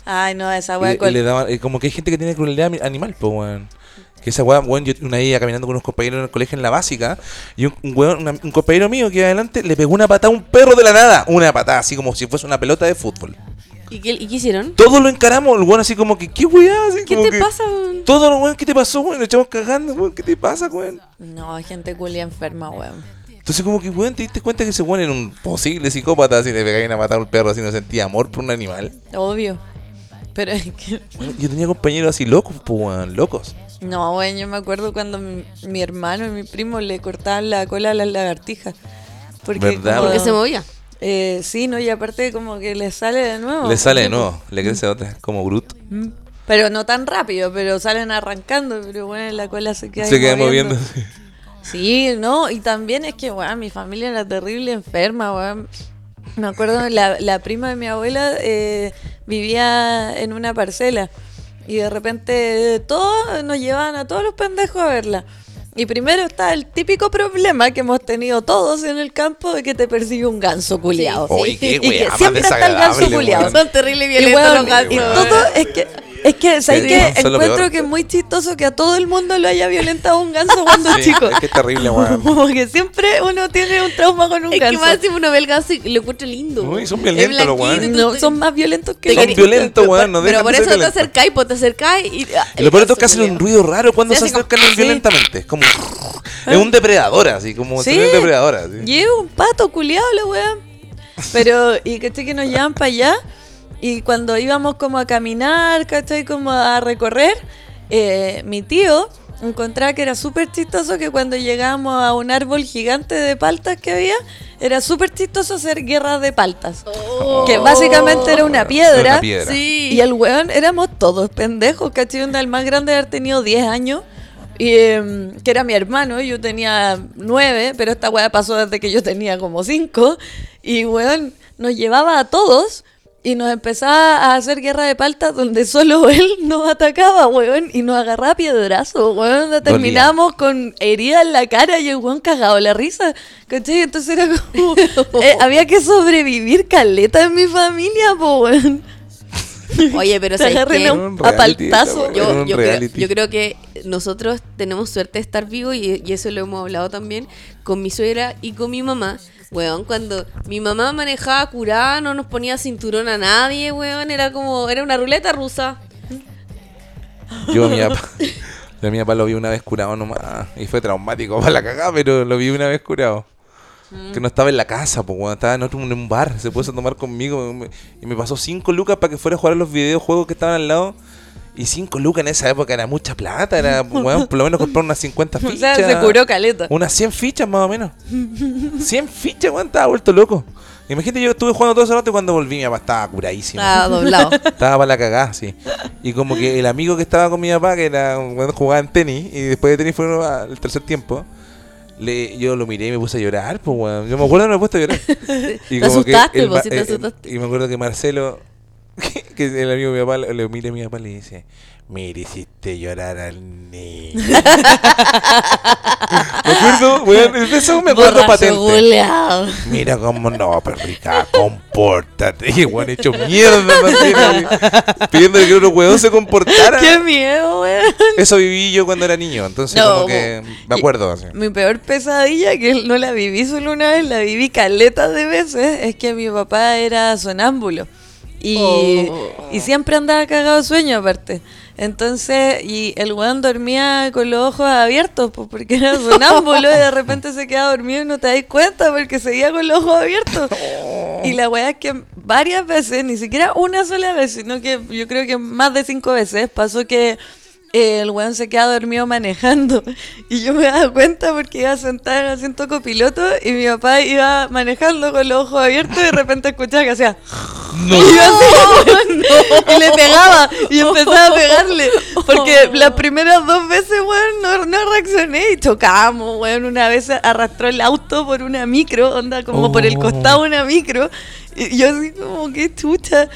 D: Ay, no, esa wea
B: y le daban, eh, como que hay gente que tiene crueldad ami- animal, pues weón. Que esa weá, weón, yo una día caminando con unos compañeros en el colegio en la básica, y un, un weón, una- un compañero mío que iba adelante le pegó una patada a un perro de la nada, una patada, así como si fuese una pelota de fútbol.
C: ¿Y qué, y qué hicieron?
B: Todos lo encaramos, el weón así como que, ¿qué weá? Así
C: ¿Qué
B: como
C: te
B: que-
C: pasa? weón?
B: Todos los weón, ¿qué te pasó, weón? Lo echamos cagando, weón, ¿qué te pasa, weón?
D: No, gente culia enferma, weón.
B: Entonces, como que, weón, te diste cuenta que ese weón era un posible psicópata si le pegáis a matar a un perro así no sentía amor por un animal.
D: Obvio. Pero es que.
B: Weón, yo tenía compañeros así locos, pues, weón, locos.
D: No, bueno, yo me acuerdo cuando mi, mi hermano y mi primo le cortaban la cola a las lagartijas. Porque
B: ¿Verdad?
D: como-
C: Porque se movía.
D: Eh, sí, no, y aparte como que le sale de nuevo.
B: Le sale de nuevo, le crece otra, como Groot.
D: Pero no tan rápido, pero salen arrancando, pero bueno, la cola se queda ahí
B: Se queda moviendo.
D: Sí, no, y también es que, weón, mi familia era terrible enferma, weón. Me acuerdo, la, la prima de mi abuela eh, vivía en una parcela y de repente eh, todos nos llevaban a todos los pendejos a verla. Y primero está el típico problema que hemos tenido todos en el campo de que te persigue un ganso culiado.
B: Sí, sí. Oye, qué
D: Y que
B: wea más
D: siempre está el ganso
B: desagradable,
D: culiado.
B: weón.
C: Son terribles
D: Y,
C: violentos
D: weón,
C: los gatos.
D: y
C: weón.
D: todo es que es que ¿sabes
B: Sí,
D: qué?
B: no, son lo
D: encuentro
B: peor.
D: que es muy chistoso que a todo el mundo lo haya violentado un ganso cuando
B: Sí,
D: chico.
B: es que es terrible, weón.
D: Como que siempre uno tiene un trauma con un
C: Es que
D: ganso.
C: más si uno ve el ganso y lo encuentra lindo.
B: Uy, son
C: Es
B: violentos los
C: blanquito,
B: weones.
C: tú-
D: no,
C: tú-
D: son más violentos que
C: te
B: Son
C: querí-
B: violentos, weón, no
C: Pero
B: dejan
C: por
B: de ser
C: eso te
B: violentos.
C: acercáis, pues te acercáis y. ah,
B: Y lo peor es
C: ganso
B: que hacen un
C: culiao.
B: ruido raro cuando
C: Se
B: se,
C: hace como-
B: acercan violentamente. Es como. Es un depredador, así, como
D: Sí.
B: si fuera un depredador. así.
D: Y es un pato culiado la weá. Pero, y caché que nos llevan para allá. Y cuando íbamos como a caminar, ¿cachai? Como a recorrer, eh, mi tío encontraba que era súper chistoso que cuando llegábamos a un árbol gigante de paltas que había, era súper chistoso hacer guerras de paltas.
C: Oh.
D: Que básicamente era una piedra.
B: Era una piedra.
C: Sí.
D: Y el weón éramos todos pendejos, ¿cachai? Onda, el más grande de haber tenido 10 años. Y, em, que era mi hermano, yo tenía 9, pero esta weá pasó desde que yo tenía como 5. Y weón nos llevaba a todos y nos empezaba a hacer guerra de paltas donde solo él nos atacaba, weón, y nos agarraba a piedrazo, weón. Onda, Terminábamos con herida en la cara y el weón cagado la risa, ¿cachai? Entonces era como. eh, había que sobrevivir caleta en mi familia, po, weón.
C: Oye, pero
D: Te
C: ¿sabes
D: agarran
C: qué?
D: a
B: Era un
D: a
B: reality esta,
D: paltazo.
B: weón,
C: yo,
B: era un
C: yo creo,
B: reality.
C: yo creo que nosotros tenemos suerte de estar vivos y, y eso lo hemos hablado también con mi suegra y con mi mamá. Weón, cuando mi mamá manejaba curada, no nos ponía cinturón a nadie, weón, era como, era una ruleta rusa.
B: Yo a mi papá. Yo a mi papá lo vi una vez curado nomás. Y fue traumático para la cagada, pero lo vi una vez curado. Que no estaba en la casa, pues cuando estaba en, otro, en un bar, se puso a tomar conmigo. me- Y me pasó 5 lucas para que fuera a jugar a los videojuegos que estaban al lado. Y 5 lucas en esa época era mucha plata, era, weón, por lo menos comprar unas 50
D: O
B: fichas.
D: sea, se curó caleta.
B: Unas 100 fichas más o menos. 100 fichas, weón, estaba vuelto loco. Imagínate, yo estuve jugando todo ese rato y cuando volví mi papá estaba curadísimo.
C: Estaba doblado.
B: Estaba para la cagada, sí. Y como que el amigo que estaba con mi papá, que era cuando jugaba en tenis, y después de tenis fueron al tercer tiempo, le, yo lo miré y me puse a llorar, pues, weón. Yo me acuerdo que me he puesto a llorar. Y
C: Te asustaste,
B: el
C: pues,
B: ma-
C: sí te
B: eh, eh,
C: asustaste.
B: Y me acuerdo que Marcelo, que es el amigo de mi papá, le le mira a mi papá y le dice, mire, hiciste llorar al niño. me acuerdo, weón, de eso me acuerdo
C: Borracho
B: patente.
C: goleado.
B: Mira cómo no, perrita, compórtate. Y el weón hecho mierda, Martín, así, pidiéndole que unos weón se comportaran.
D: ¡Qué miedo, weón!
B: Eso viví yo cuando era niño, entonces
D: No,
B: como que me acuerdo. así.
D: Mi peor pesadilla, que no la viví solo una vez, la viví caleta de veces, es que mi papá era sonámbulo. Y, y siempre andaba cagado de sueño aparte. Entonces, y el weón dormía con los ojos abiertos, pues porque era sonámbulo y de repente se queda dormido y no te das cuenta porque seguía con los ojos abiertos. Y la weá es que varias veces, ni siquiera una sola vez, sino que yo creo que más de cinco veces pasó que eh, el weón se queda dormido manejando. Y yo me daba cuenta porque iba sentada en el asiento copiloto y mi papá iba manejando con los ojos abiertos y de repente escuchaba que hacía. Y yo hacía, Y le pegaba y empezaba a pegarle. Porque las primeras dos veces, weón, no, no reaccioné y chocamos, weón. Una vez arrastró el auto por una micro, onda como por el
B: Oh.
D: costado de una micro. Y yo así como, qué chucha.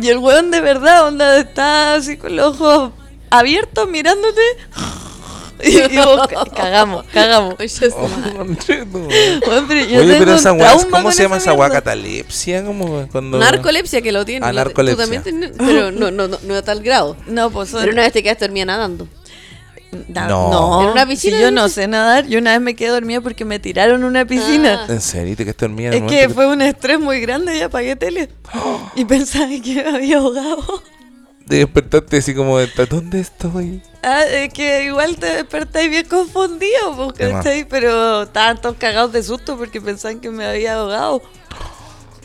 D: Y el weón de verdad, onda, está así con los ojos abiertos mirándote. Y, y vos, cagamos, cagamos.
C: Oye,
B: Oh, conchetumare.
D: Weón, pero yo
B: Oye,
D: tengo
B: pero
D: un
B: esa weá,
D: trauma
B: ¿cómo
D: con
B: se llama esa weá?
D: mierda.
B: Catalepsia, como cuando...
C: Narcolepsia que lo tiene.
B: Ah,
C: lo-
B: narcolepsia.
C: Tú también tenés- pero no, no, no, no a tal grado.
D: No, pues son-
C: Pero una vez te quedas dormida nadando.
D: Na-
B: No.
D: No,
C: En una piscina
D: Si yo
C: dices.
D: no sé nadar. Yo una vez me quedé dormida porque me tiraron a una
C: Ah.
D: piscina.
B: ¿En serio? ¿Te quedaste dormida? en
D: Es
B: el
D: que
B: momento
D: fue un estrés muy grande y apagué tele. Y pensaba que me había ahogado.
B: de despertarte así como, de, ¿dónde estoy?
D: Ah, es que igual te despertáis bien confundido, po,
B: Tema.
D: ¿cachai? Pero estaban todos cagados de susto porque pensaban que me había ahogado.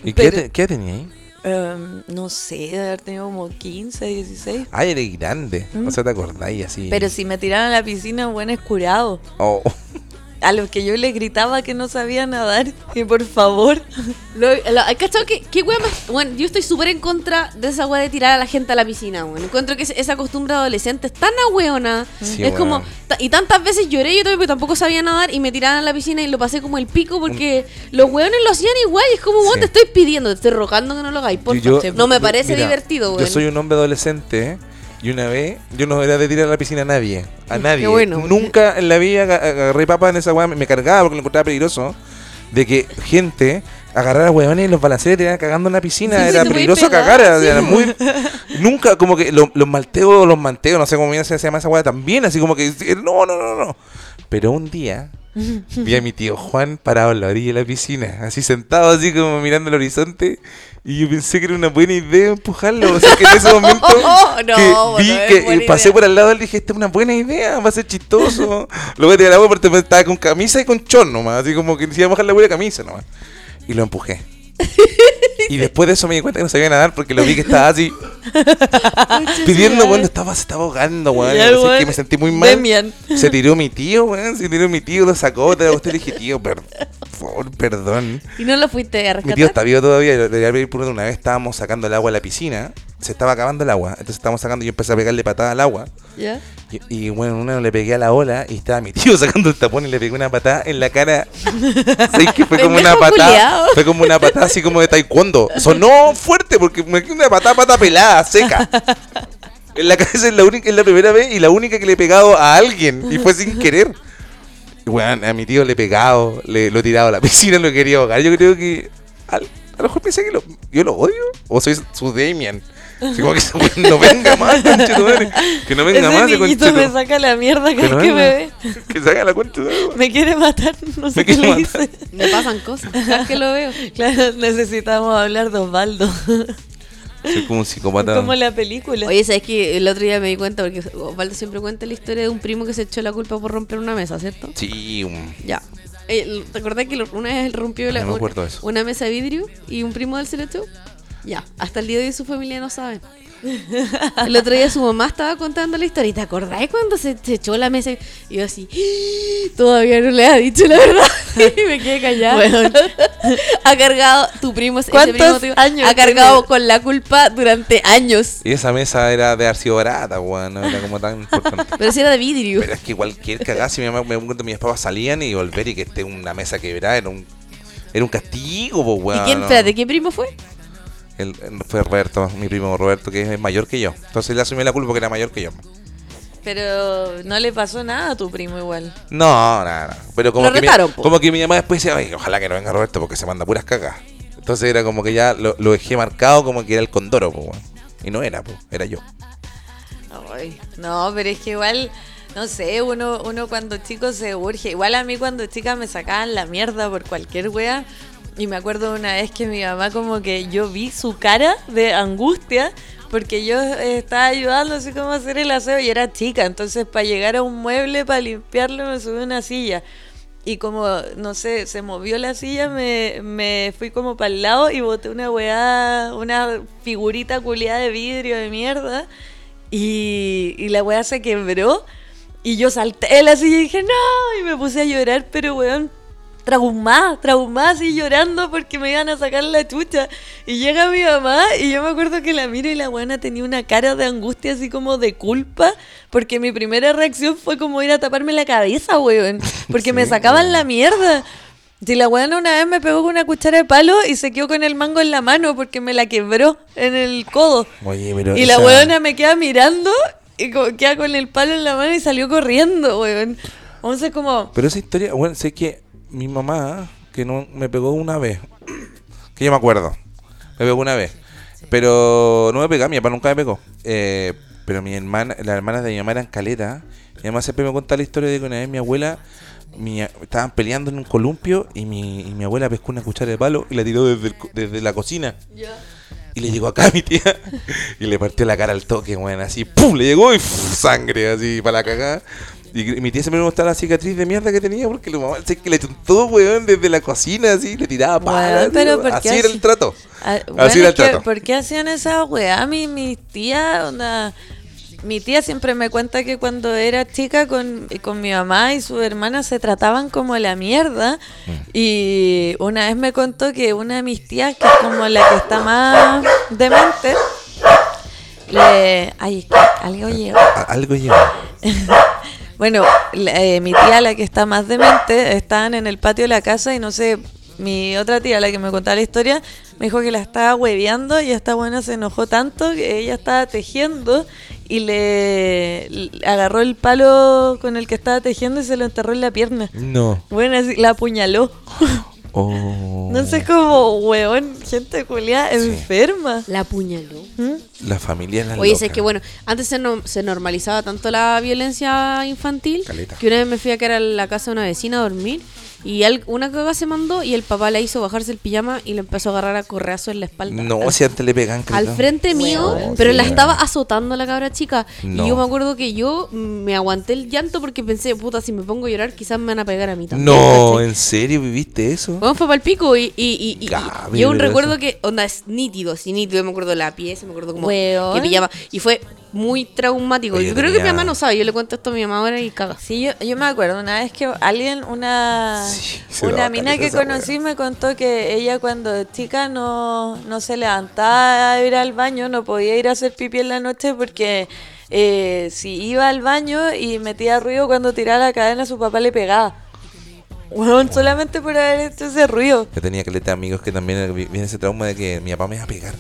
B: ¿Y
D: Pero-
B: qué, te- qué tenía ahí?
D: Em, no sé, de haber tenido como 15, 16.
B: Ah, eres grande. O sea, te acordáis así.
D: ¿Mm? Pero si me tiraron a la piscina, buen escurado.
B: Oh.
D: A los que yo les gritaba que no sabía nadar, que por favor.
C: Lo, lo- ¿hay cachado que, qué wea más- bueno, yo estoy súper en contra de esa wea de tirar a la gente a la piscina, weón. Encuentro que es- esa costumbre adolescente es tan ahueona.
B: Sí,
C: es
B: weón.
C: como, ta- y tantas veces lloré yo también porque tampoco sabía nadar y me tiraban a la piscina y lo pasé como el pico porque los weones lo hacían igual y es como, weón,
B: Sí.
C: te estoy pidiendo, te estoy rogando que no lo hagáis, por
B: Yo-
C: favor. No me
B: yo-
C: parece
B: mira,
C: divertido, weón.
B: Yo soy un hombre adolescente ¿eh? y una vez yo no era de tirar a la piscina a nadie. A nadie.
C: bueno.
B: Nunca en la vida aga- agarré papa en esa weá. Me me cargaba porque lo encontraba peligroso. De que gente agarrara huevones y los balanceara y tiraran cagando en la piscina. era
C: Sí, sí, te podías
B: peligroso
C: pegar,
B: cagar. era-
C: sí,
B: era
C: po.
B: muy, nunca, como que lo- los malteos, los manteos, no sé cómo bien se se llama esa hueá también. Así como que no, no, no, no. Pero un día Vi a mi tío Juan parado en la orilla de la piscina, así sentado, así como mirando el horizonte. Y yo pensé que era una buena idea empujarlo. O sea, que en ese momento
C: No,
B: que
C: Oh, no
B: vi
C: es
B: que
C: buena
B: eh, pasé
C: idea.
B: por al lado y le dije, esta es una buena idea, va a ser chistoso. Luego tiré al agua porque estaba con camisa y con chorno nomás, así como que se iba a mojar la buena camisa nomás. Y lo empujé. Y después de eso me di cuenta que no sabía nadar porque lo vi que estaba así pidiendo, weón, estaba, se estaba ahogando, weón.
D: Ya,
B: así
D: weón.
B: que me sentí muy mal.
D: Demian.
B: Se tiró mi tío, weón. Se tiró mi tío, lo sacó, te usted le dije, tío, per- por favor, perdón.
C: Y no lo fuiste a
B: Mi tío
C: rescatar.
B: está vivo todavía, le voy a pedir por una vez estábamos sacando el agua a la piscina, se estaba acabando el agua, entonces estábamos sacando y yo empecé a pegarle patada al agua.
D: ¿Ya?
B: Y, y, bueno, una le pegué a la ola y estaba mi tío sacando el tapón y le pegué una patada en la cara. ¿Sabes qué? Fue como una
C: Pendejo
B: patada.
C: culiao.
B: Fue como una patada así como de taekwondo. Sonó fuerte porque me quedé una patada, pata pelada, seca. En la cabeza es la única, es la primera vez y la única que le he pegado a alguien. Y fue sin querer. Y, Weón, a mi tío le he pegado, le, lo he tirado a la piscina, lo quería ahogar. Yo creo que. al- a lo mejor pensé que lo- yo lo odio. O soy su Damien. Así como que ese weón no venga más, conchetumare. Que no venga
D: Ese
B: más, ese
D: niñito me
B: conchetum-
D: saca la mierda cada
B: que
D: vez
B: no
D: que me ve.
B: venga. Que se haga la cuenta.
D: Me quiere matar, no sé
B: Me
D: qué
B: quiere
D: le
B: matar.
D: hice.
C: Me pasan cosas, cada vez que lo veo.
D: Claro, necesitamos hablar de Osvaldo.
B: Soy como un psicópata.
D: Como la película.
C: Oye, ¿sabes que el otro día me di cuenta? Porque Osvaldo siempre cuenta la historia de un primo que se echó la culpa por romper una mesa, ¿cierto?
B: Sí, un-
C: Ya. Eh, ¿Te acordás que lo- una vez él rompió la-
B: Ah, No me acuerdo
C: una,
B: de eso.
C: una mesa de vidrio y un primo del se lo echó? Ya. Hasta el día de hoy su familia no sabe. El otro día su mamá estaba contando la historia. ¿Y te acordás cuando se, se echó la mesa? Y yo así, todavía no le ha dicho la verdad. Y me quedé callada. ha cargado, tu primo, ese
D: ¿Cuántos
C: primo tío,
D: años
C: ha cargado
D: tiene?
C: con la culpa durante años.
B: Y esa mesa era de arcio barata, weón. No era como tan importante.
C: Pero si era de vidrio.
B: Pero es que cualquier cagada, si mi mamá me cuenta mis papás salían y volver y que esté una mesa quebrada, era un, era un castigo, po,
C: ¿Y
B: weón.
C: quién,
B: ¿no?
C: espérate, qué primo fue?
B: Él- él fue Roberto, mi primo Roberto, que es mayor que yo. Entonces le asumí la culpa que era mayor que yo.
D: Pero no le pasó nada a tu primo igual.
B: No, no, no. Pero como,
C: Lo
B: que,
C: retaron,
B: mi,
C: po.
B: como que mi mamá después decía, Ay, ojalá que no venga Roberto porque se manda puras cagas. Entonces era como que ya lo, lo dejé marcado como que era el condoro, po, weón. Y no era, po, era yo.
D: Ay, no, pero es que igual, no sé, uno, uno cuando chico se urge. Igual a mí cuando chica me sacaban la mierda por cualquier wea. Y me acuerdo una vez que mi mamá como que yo vi su cara de angustia porque yo eh, estaba ayudando así como a hacer el aseo y era chica. Entonces para llegar a un mueble, para limpiarlo, me subí a una silla. Y como, no sé, se movió la silla, me, me fui como para el lado y boté una weá, una figurita culiada de vidrio de mierda. Y, y la weá se quebró. Y yo salté de la silla y dije, no, y me puse a llorar, pero weón, traumada, traumada, así llorando porque me iban a sacar la chucha. Y llega mi mamá y yo me acuerdo que la miro y la buena tenía una cara de angustia, así como de culpa, porque mi primera reacción fue como ir a taparme la cabeza, weón, porque me
B: Sí,
D: sacaban la mierda. Si la weona una vez me pegó con una cuchara de palo y se quedó con el mango en la mano porque me la quebró en el codo.
B: Oye, pero
D: Y la
B: esa-
D: weona me queda mirando y co- queda con el palo en la mano y salió corriendo, weón. Entonces como,
B: Pero esa historia, bueno, sé que mi mamá, que no me pegó una vez, que yo me acuerdo, me pegó una vez, pero no me pegaba, mi papá nunca me pegó. Eh, pero mi hermana, las hermanas de mi mamá eran caleta, y además siempre me contaba la historia de que una vez mi abuela, mi, estaban peleando en un columpio y mi, y mi abuela pescó una cuchara de palo y la tiró desde, el co- desde la cocina. Y le llegó acá a mi tía y le partió la cara al toque, weón. Así, ¡pum! Le llegó y ¡fuf! sangre, así, para la cagada. Y y mi tía siempre me mostraba la cicatriz de mierda que tenía porque lo mamá así que le chuntó, weón, desde la cocina, así, le tiraba para.
D: Weón, pero ¿por qué
B: así era
D: hace-
B: el trato.
D: Ah, bueno,
B: así era
D: es
B: el
D: que,
B: trato.
D: ¿Por qué hacían esa weá? Mi, mi tía, onda, mi tía siempre me cuenta que cuando era chica con, con mi mamá y su hermana se trataban como la mierda. Y una vez me contó que una de mis tías, que es como la que está más demente, le... Ay, es que algo llegó.
B: A- algo lleva.
D: Bueno, la- eh, mi tía, la que está más demente, estaban en el patio de la casa y no sé, mi otra tía, la que me contaba la historia, me dijo que la estaba hueveando y esta buena se enojó tanto que ella estaba tejiendo y le, le agarró el palo con el que estaba tejiendo y se lo enterró en la pierna.
B: No.
D: Bueno, así, la apuñaló.
B: Oh.
D: No sé cómo, weón, gente culiada enferma.
C: La apuñaló.
D: ¿Mm?
B: La familia es la
C: Oye,
B: loca.
C: es que bueno, antes se, no- se normalizaba tanto la violencia infantil
B: Caleta.
C: que una vez me fui a quedar a la casa de una vecina a dormir y al- una caga se mandó y el papá la hizo bajarse el pijama y le empezó a agarrar a correazo en la espalda.
B: No,
C: Al-
B: si antes le pegan
C: al
B: creo.
C: frente mío,
B: Weón,
C: pero
B: sí,
C: la
B: weón.
C: estaba azotando la cabra chica.
B: No.
C: Y yo me acuerdo que yo mm, me aguanté el llanto porque pensé, puta, si me pongo a llorar, quizás me van a pegar a mí también.
B: No,
C: ¿cachai? Oh.
B: ¿en serio viviste eso?
C: Vamos fue para el pico y, y, y, y-
B: Gaby,
C: y yo un
B: pero
C: recuerdo
B: eso.
C: que, onda, es nítido, sí, nítido. Yo me acuerdo la pieza, me acuerdo como
D: Weón.
C: que pijama. Y fue muy traumático.
B: Oye,
C: yo creo que
B: tenía-
C: mi mamá no sabe, yo le cuento esto a mi mamá ahora y cagas.
D: Sí, yo, yo me acuerdo una vez que alguien, una,
B: Sí, se daba
D: una mina
B: caleta
D: que
B: esa weá.
D: conocí me contó que ella cuando chica no, no se levantaba a ir al baño, no podía ir a hacer pipí en la noche porque eh, si iba al baño y metía ruido cuando tiraba la cadena su papá le pegaba.
B: Oh.
D: Weón, solamente por haber hecho ese ruido.
B: Yo tenía que de amigos que también vi- viene ese trauma de que mi papá me va a pegar.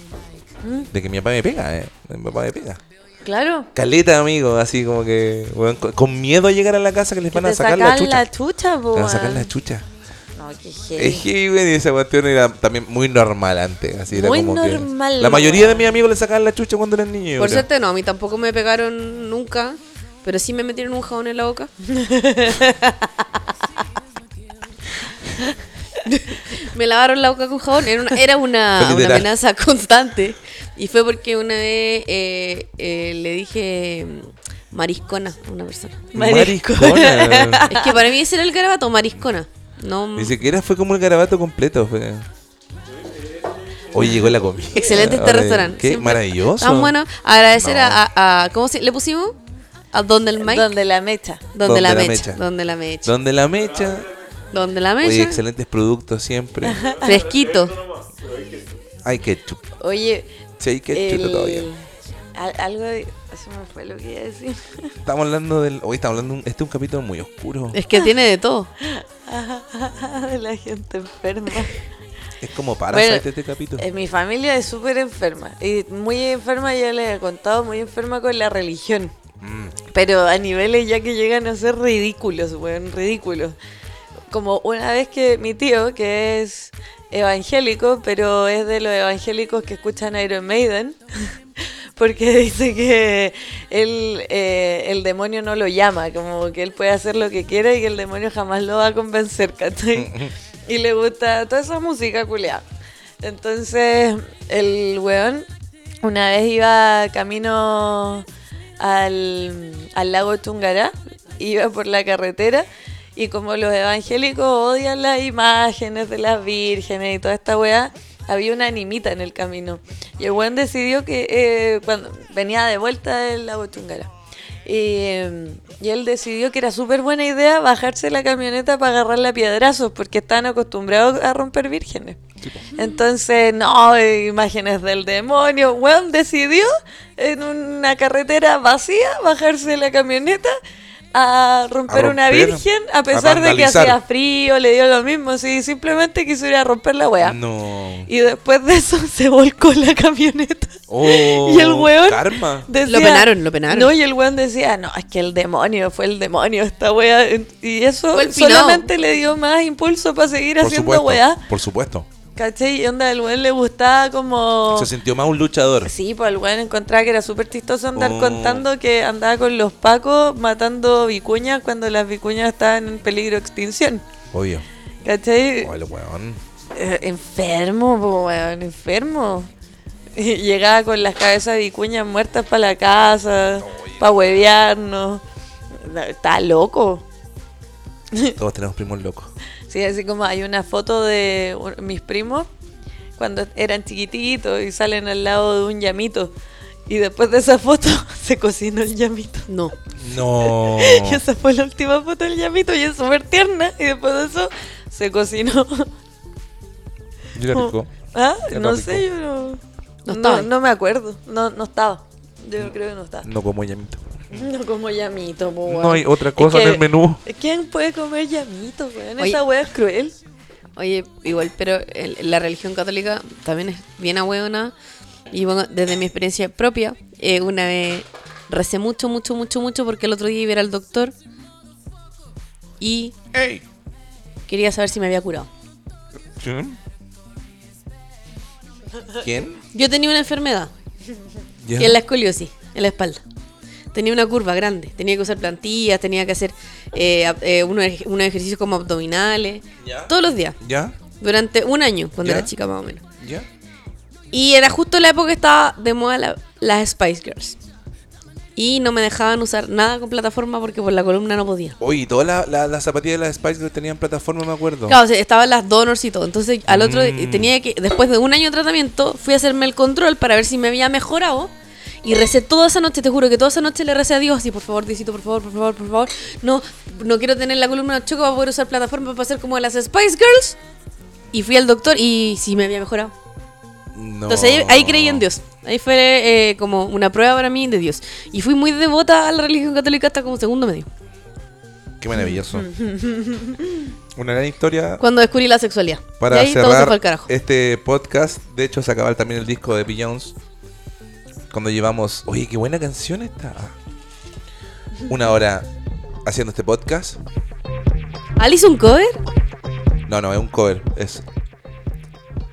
B: De que mi papá me pega, eh. Mi papá me pega.
D: Claro.
B: Caleta, amigo, así como que, weón, con, con miedo a llegar a la casa que les
D: Que
B: van a
D: te
B: sacar la chucha.
D: la chucha, po,
B: Te van a sacar
D: weón.
B: la chucha.
D: No, qué
B: Es
D: heavy.
B: heavy, weón, y esa cuestión era también muy normal antes. Así era
D: Muy
B: como que
D: normal,
B: La mayoría
D: weón.
B: de mis amigos le sacaban la chucha cuando eran niños. yo
C: Por
B: creo.
C: suerte no, a mí tampoco me pegaron nunca, pero sí me metieron un jabón en la boca. me lavaron la boca con jabón, era una, era una-
B: Fue
C: una
B: literal.
C: amenaza constante. Y fue porque una vez eh, eh, le dije mm, mariscona a una persona.
B: Maricona.
C: Es que para mí ese era el garabato, mariscona. No,
B: Ni siquiera fue como el garabato completo. Fue... Hoy llegó la comida.
C: excelente este
B: Oye,
C: restaurante.
B: eh, Qué
C: Siempre
B: maravilloso.
D: Ah,
C: Tan bueno. Agradecer
B: No.
C: a, a- a- ¿Cómo se le pusimos? A Donde el Mike.
D: Donde la mecha.
C: Donde la mecha. Donde la mecha.
B: Donde la mecha.
C: Donde la
B: Oye,
C: mecha.
B: excelentes productos siempre.
C: Fresquito.
B: Hay ketchup.
D: Oye,
B: Sí, hay ketchup
D: el-
B: todavía.
D: al- algo de- se me fue lo que iba a decir.
B: Estamos hablando del. Hoy estamos hablando. de un- Este es un capítulo muy oscuro.
C: Es que tiene de todo.
D: de la gente enferma.
B: Es como Parasite
D: Bueno,
B: este capítulo.
D: Eh, mi familia es súper enferma. Y muy enferma, ya les he contado, muy enferma con la religión. Pero a niveles ya que llegan a ser ridículos, weón, ridículos. Como una vez que mi tío, que es evangélico, pero es de los evangélicos que escuchan Iron Maiden, porque dice que él, eh, el demonio no lo llama, como que él puede hacer lo que quiera y que el demonio jamás lo va a convencer, ¿cachai? Y le gusta toda esa música culiada. Entonces, el weón una vez iba camino al, al lago Tungará, iba por la carretera y como los evangélicos odian las imágenes de las vírgenes y toda esta weá, había una animita en el camino. Y el weón decidió que eh, cuando venía de vuelta del lago Tungará. Y, eh, y él decidió que era súper buena idea bajarse la camioneta para agarrarla a piedrazos, porque estaban acostumbrados a romper vírgenes. Entonces, no, eh, imágenes del demonio. Weón decidió en una carretera vacía bajarse la camioneta a romper,
B: A
D: una
B: romper,
D: virgen, a
B: a
D: pesar de que
B: vandalizar.
D: hacía frío, le dio lo mismo, sí, simplemente quiso ir a romper la weá.
B: No.
D: Y después de eso se volcó la camioneta.
B: Oh,
D: y el weón
B: Karma.
D: decía-
C: Lo penaron, lo penaron.
D: No, y el weón decía, no, es que el demonio, fue el demonio esta weá. Y eso
C: Fue el pinao.
D: solamente le dio más impulso para seguir
B: Por
D: haciendo
B: supuesto.
D: weá.
B: Por supuesto.
D: ¿Cachai? Y onda, el weón le gustaba como...
B: Se sintió más un luchador.
D: Sí, pues el weón encontraba que era súper chistoso andar
B: Oh.
D: contando que andaba con los pacos matando vicuñas cuando las vicuñas estaban en peligro de extinción.
B: Obvio.
D: ¿Cachai?
B: Oh, el weón.
D: Eh, enfermo, po, weón, enfermo. Y Llegaba con las cabezas de vicuñas muertas para la casa, para huevearnos. No, Está loco.
B: Todos tenemos primos locos.
D: Sí, así como hay una foto de un- mis primos cuando eran chiquititos y salen al lado de un llamito. Y después de esa foto se cocinó el llamito.
C: No.
B: No.
D: Y esa fue la última foto del llamito y es súper tierna. Y después de eso se cocinó.
B: Yo lo rico.
D: ¿Ah?
B: Era
D: No
B: rico.
D: sé, yo no.
C: No
D: No,
C: estaba.
D: no me acuerdo. No, no estaba. Yo creo que no estaba.
B: No como llamito.
D: No como llamito, po,
B: No
D: weón.
B: hay otra cosa
D: Es que-
B: en el menú.
D: ¿Quién puede comer llamito, weón?
C: Oye.
D: Esa weá es cruel.
C: Oye, igual, pero el- la religión católica también es bien ahueona. Y bueno, desde mi experiencia propia, eh, una vez recé mucho, mucho, mucho, mucho porque el otro día iba a ir al doctor y quería saber si me había curado.
B: ¿Quién? ¿Quién?
C: Yo tenía una enfermedad,
B: Ya.
C: que es la escoliosis, en la espalda. Tenía una curva grande, tenía que usar plantillas, tenía que hacer eh, ab- eh, unos ej- unos ejercicios como abdominales,
B: Ya.
C: todos los días,
B: ¿Ya?
C: durante un año, cuando
B: Ya.
C: era chica más o menos.
B: ¿Ya?
C: Y era justo la época que estaba de moda la- las Spice Girls. Y no me dejaban usar nada con plataforma porque por la columna no podía.
B: Oye, todas las la, las zapatillas de las Spice Girls tenían plataforma, me acuerdo.
C: Claro, o sea, estaban las donors y todo. Entonces, al otro,
B: Mm.
C: tenía que, después de un año de tratamiento, fui a hacerme el control para ver si me había mejorado. Y recé toda esa noche, te juro que toda esa noche le recé a Dios. Y por favor, Diosito, por favor, por favor, por favor. No, no quiero tener la columna choca para poder usar plataforma para hacer como las Spice Girls. Y fui al doctor y sí me había mejorado.
B: No.
C: Entonces ahí, ahí creí en Dios. Ahí fue eh, como una prueba para mí de Dios. Y fui muy devota a la religión católica hasta como segundo medio.
B: Qué maravilloso. Una gran historia
C: Cuando descubrí la sexualidad. y
B: para
C: ahí todo se fue al
B: cerrar
C: carajo.
B: este podcast. De hecho, se acaba también el disco de Beyoncé. Cuando llevamos. Oye, qué buena canción esta. Una hora haciendo este podcast.
C: ¿Al hizo un cover?
B: No, no, es un cover. Es.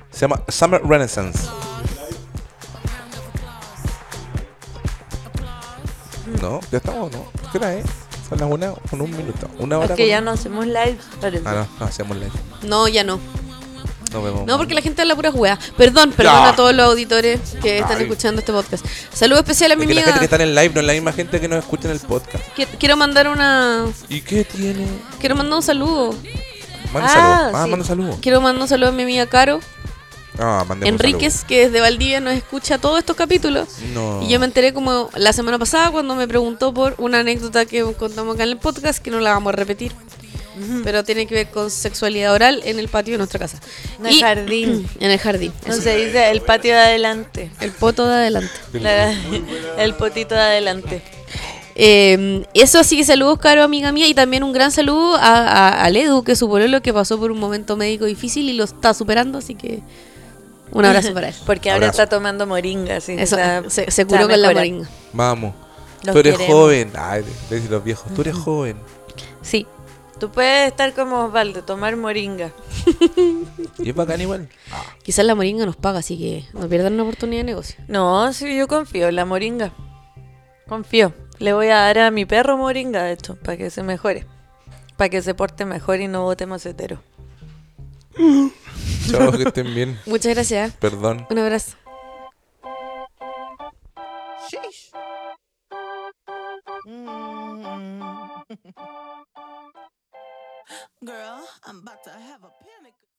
B: Se llama Summer Renaissance. No, ya estamos, ¿no? ¿Qué hora es? Son las una con un minuto. Una hora.
D: Es que
B: con-
D: ya no hacemos live, parece.
B: Ah, no, no, hacemos live.
C: No, ya no.
B: Nos vemos.
C: No, porque la gente habla pura jugada. Perdón, perdón
B: Ya.
C: a todos los auditores que están
B: Ay.
C: escuchando este podcast. Saludo especial a mi
B: Es que la
C: amiga.
B: gente que está en el live no es la misma gente que nos escucha en el podcast.
C: Qui- Quiero mandar una.
B: ¿Y qué tiene?
C: Quiero mandar un saludo.
B: Manda
D: Ah,
B: saludos. Ah,
D: sí.
B: manda saludos.
C: Quiero mandar un saludo a mi amiga Caro
B: Ah, mandemos
C: Enríquez,
B: saludos.
C: que desde Valdivia nos escucha todos estos capítulos.
B: No.
C: Y yo me enteré como la semana pasada cuando me preguntó por una anécdota que contamos acá en el podcast que no la vamos a repetir. Pero tiene que ver con sexualidad oral en el patio de nuestra casa.
D: En el jardín.
C: En el jardín.
D: No se dice el patio de adelante.
C: El poto de adelante.
D: La- el potito de adelante.
C: Eh, eso así que saludos, caro amiga mía. Y también un gran saludo a, a- al Edu, que es su pololo que pasó por un momento médico difícil y lo está superando. Así que un abrazo para él.
D: Porque ahora
B: Abrazo.
D: está tomando moringa, sí.
C: Eso, eh,
D: está-
C: se, se
D: está
C: curó con la
D: mejorando.
C: moringa.
B: Vamos.
D: Los
B: Tú eres
D: queremos.
B: joven. Ay, le dicen los viejos. Tú eres joven.
C: Sí.
D: Tú puedes estar como Osvaldo, tomar moringa.
B: Y es bacán igual.
C: Quizás la moringa nos paga, así que no pierdan una oportunidad de negocio.
D: No, sí, yo confío en la moringa. Confío. Le voy a dar a mi perro moringa, de hecho, para que se mejore. Para que se porte mejor y no vote macetero.
B: Chao, que estén bien.
C: Muchas gracias. ¿eh?
B: Perdón.
C: Un abrazo.
F: Mm. Girl, I'm about to have a panic.